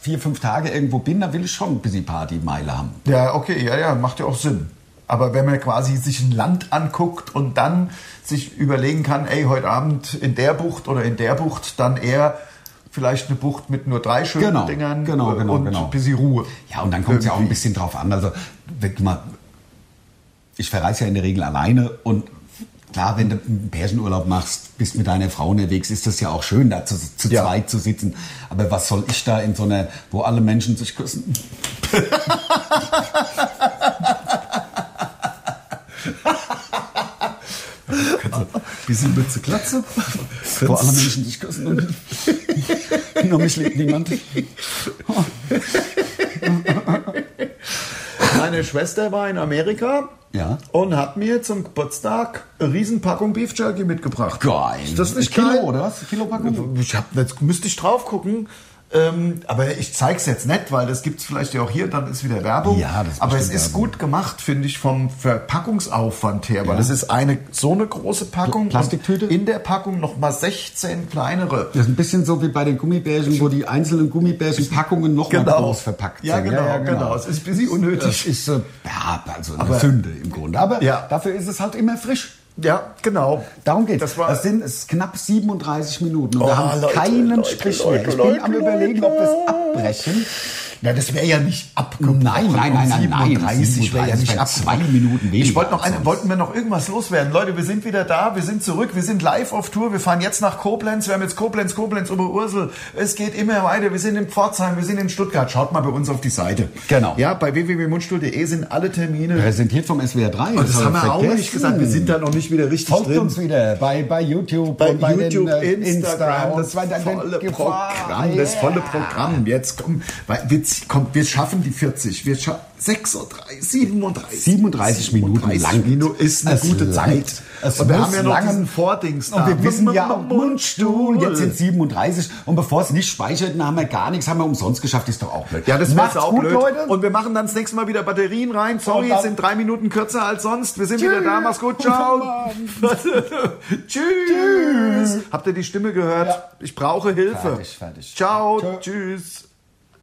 Speaker 2: vier, fünf Tage irgendwo bin, dann will ich schon ein bisschen Partymeile haben.
Speaker 3: Ja, okay, ja, ja, macht ja auch Sinn. Aber wenn man quasi sich ein Land anguckt und dann sich überlegen kann, ey, heute Abend in der Bucht oder in der Bucht, dann eher vielleicht eine Bucht mit nur drei schönen
Speaker 2: Genau,
Speaker 3: Dingern
Speaker 2: genau, genau,
Speaker 3: und
Speaker 2: genau.
Speaker 3: ein bisschen Ruhe.
Speaker 2: Ja, und dann kommt es ja auch ein
Speaker 3: Irgendwie.
Speaker 2: bisschen drauf an. Also, wenn du mal, ich verreise ja in der Regel alleine und klar, wenn du einen Pärchenurlaub machst, bist mit deiner Frau unterwegs, ist das ja auch schön, da zu, zu
Speaker 3: Ja.
Speaker 2: zweit zu sitzen. Aber was soll ich da in so einer, wo alle Menschen
Speaker 3: (laughs)
Speaker 2: sich küssen?
Speaker 3: Bisschen mit zu Glatze.
Speaker 2: Wo alle Menschen sich küssen und (laughs) nur mich liebt niemand.
Speaker 3: Meine Schwester war in Amerika
Speaker 2: Ja.
Speaker 3: und hat mir zum Geburtstag eine Riesenpackung Beef Jerky mitgebracht.
Speaker 2: Geil.
Speaker 3: Ist das nicht
Speaker 2: Ein Kilo,
Speaker 3: geil?
Speaker 2: oder was? Ein Kilo Packung?
Speaker 3: Äh, Ich hab, jetzt müsste ich drauf gucken. Ähm, aber ich zeig's jetzt nicht, weil das gibt's vielleicht ja auch hier, dann ist wieder Werbung.
Speaker 2: Ja, das ist
Speaker 3: aber es
Speaker 2: bestimmt
Speaker 3: ist
Speaker 2: Werbung.
Speaker 3: gut gemacht, finde ich, vom Verpackungsaufwand her, weil
Speaker 2: Ja.
Speaker 3: das ist eine so eine große Packung. und
Speaker 2: Plastiktüte?
Speaker 3: In der Packung nochmal 16 kleinere.
Speaker 2: Das ist ein bisschen so wie bei den Gummibärchen, wo die einzelnen Gummibärchen-Packungen noch mal groß verpackt
Speaker 3: Ja,
Speaker 2: sind.
Speaker 3: genau, genau. Es ist ein bisschen
Speaker 2: Das
Speaker 3: unnötig.
Speaker 2: ist äh, ja, also eine
Speaker 3: Aber-
Speaker 2: Sünde im Grunde. Aber
Speaker 3: Ja.
Speaker 2: dafür ist es halt immer frisch.
Speaker 3: Ja, genau.
Speaker 2: Darum geht's.
Speaker 3: Das
Speaker 2: Das,
Speaker 3: war-
Speaker 2: sind es sind knapp 37 Minuten und
Speaker 3: Oh,
Speaker 2: wir haben
Speaker 3: Leute,
Speaker 2: keinen
Speaker 3: Leute,
Speaker 2: Strich
Speaker 3: Leute,
Speaker 2: mehr. Ich bin
Speaker 3: Leute,
Speaker 2: am überlegen, ob wir es
Speaker 3: Leute.
Speaker 2: abbrechen.
Speaker 3: Na, das wäre ja nicht abgebrochen. Um
Speaker 2: Nein, nein, nein, nein, nein.
Speaker 3: 37 wäre ja
Speaker 2: 37
Speaker 3: nicht
Speaker 2: wären zwei
Speaker 3: abgebrochen.
Speaker 2: Minuten
Speaker 3: Ich
Speaker 2: weniger
Speaker 3: wollte noch
Speaker 2: als
Speaker 3: eine,
Speaker 2: sonst.
Speaker 3: wollten wir noch irgendwas loswerden. Leute, wir sind wieder da, wir sind zurück, wir sind live auf Tour, wir fahren jetzt nach Koblenz, wir haben jetzt Koblenz, Koblenz, Oberursel. Es geht immer weiter, wir sind in Pforzheim, wir sind in Stuttgart. Schaut mal bei uns auf die Seite.
Speaker 2: Genau.
Speaker 3: Ja, bei www.mundstuhl.de sind alle Termine.
Speaker 2: Präsentiert vom SWR 3.
Speaker 3: Und das haben wir auch nicht gesagt, wir sind da noch nicht wieder richtig
Speaker 2: Folgt
Speaker 3: drin.
Speaker 2: uns wieder bei, bei YouTube,
Speaker 3: bei
Speaker 2: und bei
Speaker 3: YouTube,
Speaker 2: den, äh,
Speaker 3: Instagram,
Speaker 2: Insta und
Speaker 3: das
Speaker 2: so weiter.
Speaker 3: volle
Speaker 2: Gefahr.
Speaker 3: Programm, das
Speaker 2: Yeah.
Speaker 3: volle Programm. Jetzt kommen, weil wir, z- komm, wir schaffen die 40, wir schaffen 36, 37,
Speaker 2: 37 Minuten langt.
Speaker 3: Minuten ist eine
Speaker 2: Es
Speaker 3: gute
Speaker 2: langt.
Speaker 3: Zeit.
Speaker 2: Es
Speaker 3: und wir
Speaker 2: muss
Speaker 3: haben ja noch
Speaker 2: langen.
Speaker 3: diesen Vordings
Speaker 2: Und wir wissen ja auch
Speaker 3: Mundstuhl.
Speaker 2: Mundstuhl. Jetzt sind 37 und bevor es nicht speichert, dann haben wir gar nichts, haben wir umsonst geschafft, ist doch auch blöd.
Speaker 3: ja, das
Speaker 2: Macht's
Speaker 3: macht's auch
Speaker 2: gut,
Speaker 3: blöd.
Speaker 2: Leute.
Speaker 3: Und wir machen dann das nächste Mal wieder Batterien rein. Sorry,
Speaker 2: Und dann-
Speaker 3: sind drei Minuten kürzer als sonst. Wir sind wieder da. Mach's gut.
Speaker 2: Guten
Speaker 3: Ciao.
Speaker 2: Abend.
Speaker 3: (laughs) Tschüss. Habt ihr die Stimme gehört?
Speaker 2: Ja.
Speaker 3: Ich brauche Hilfe.
Speaker 2: Fertig, fertig.
Speaker 3: Ciao.
Speaker 2: Tschö.
Speaker 3: Tschüss.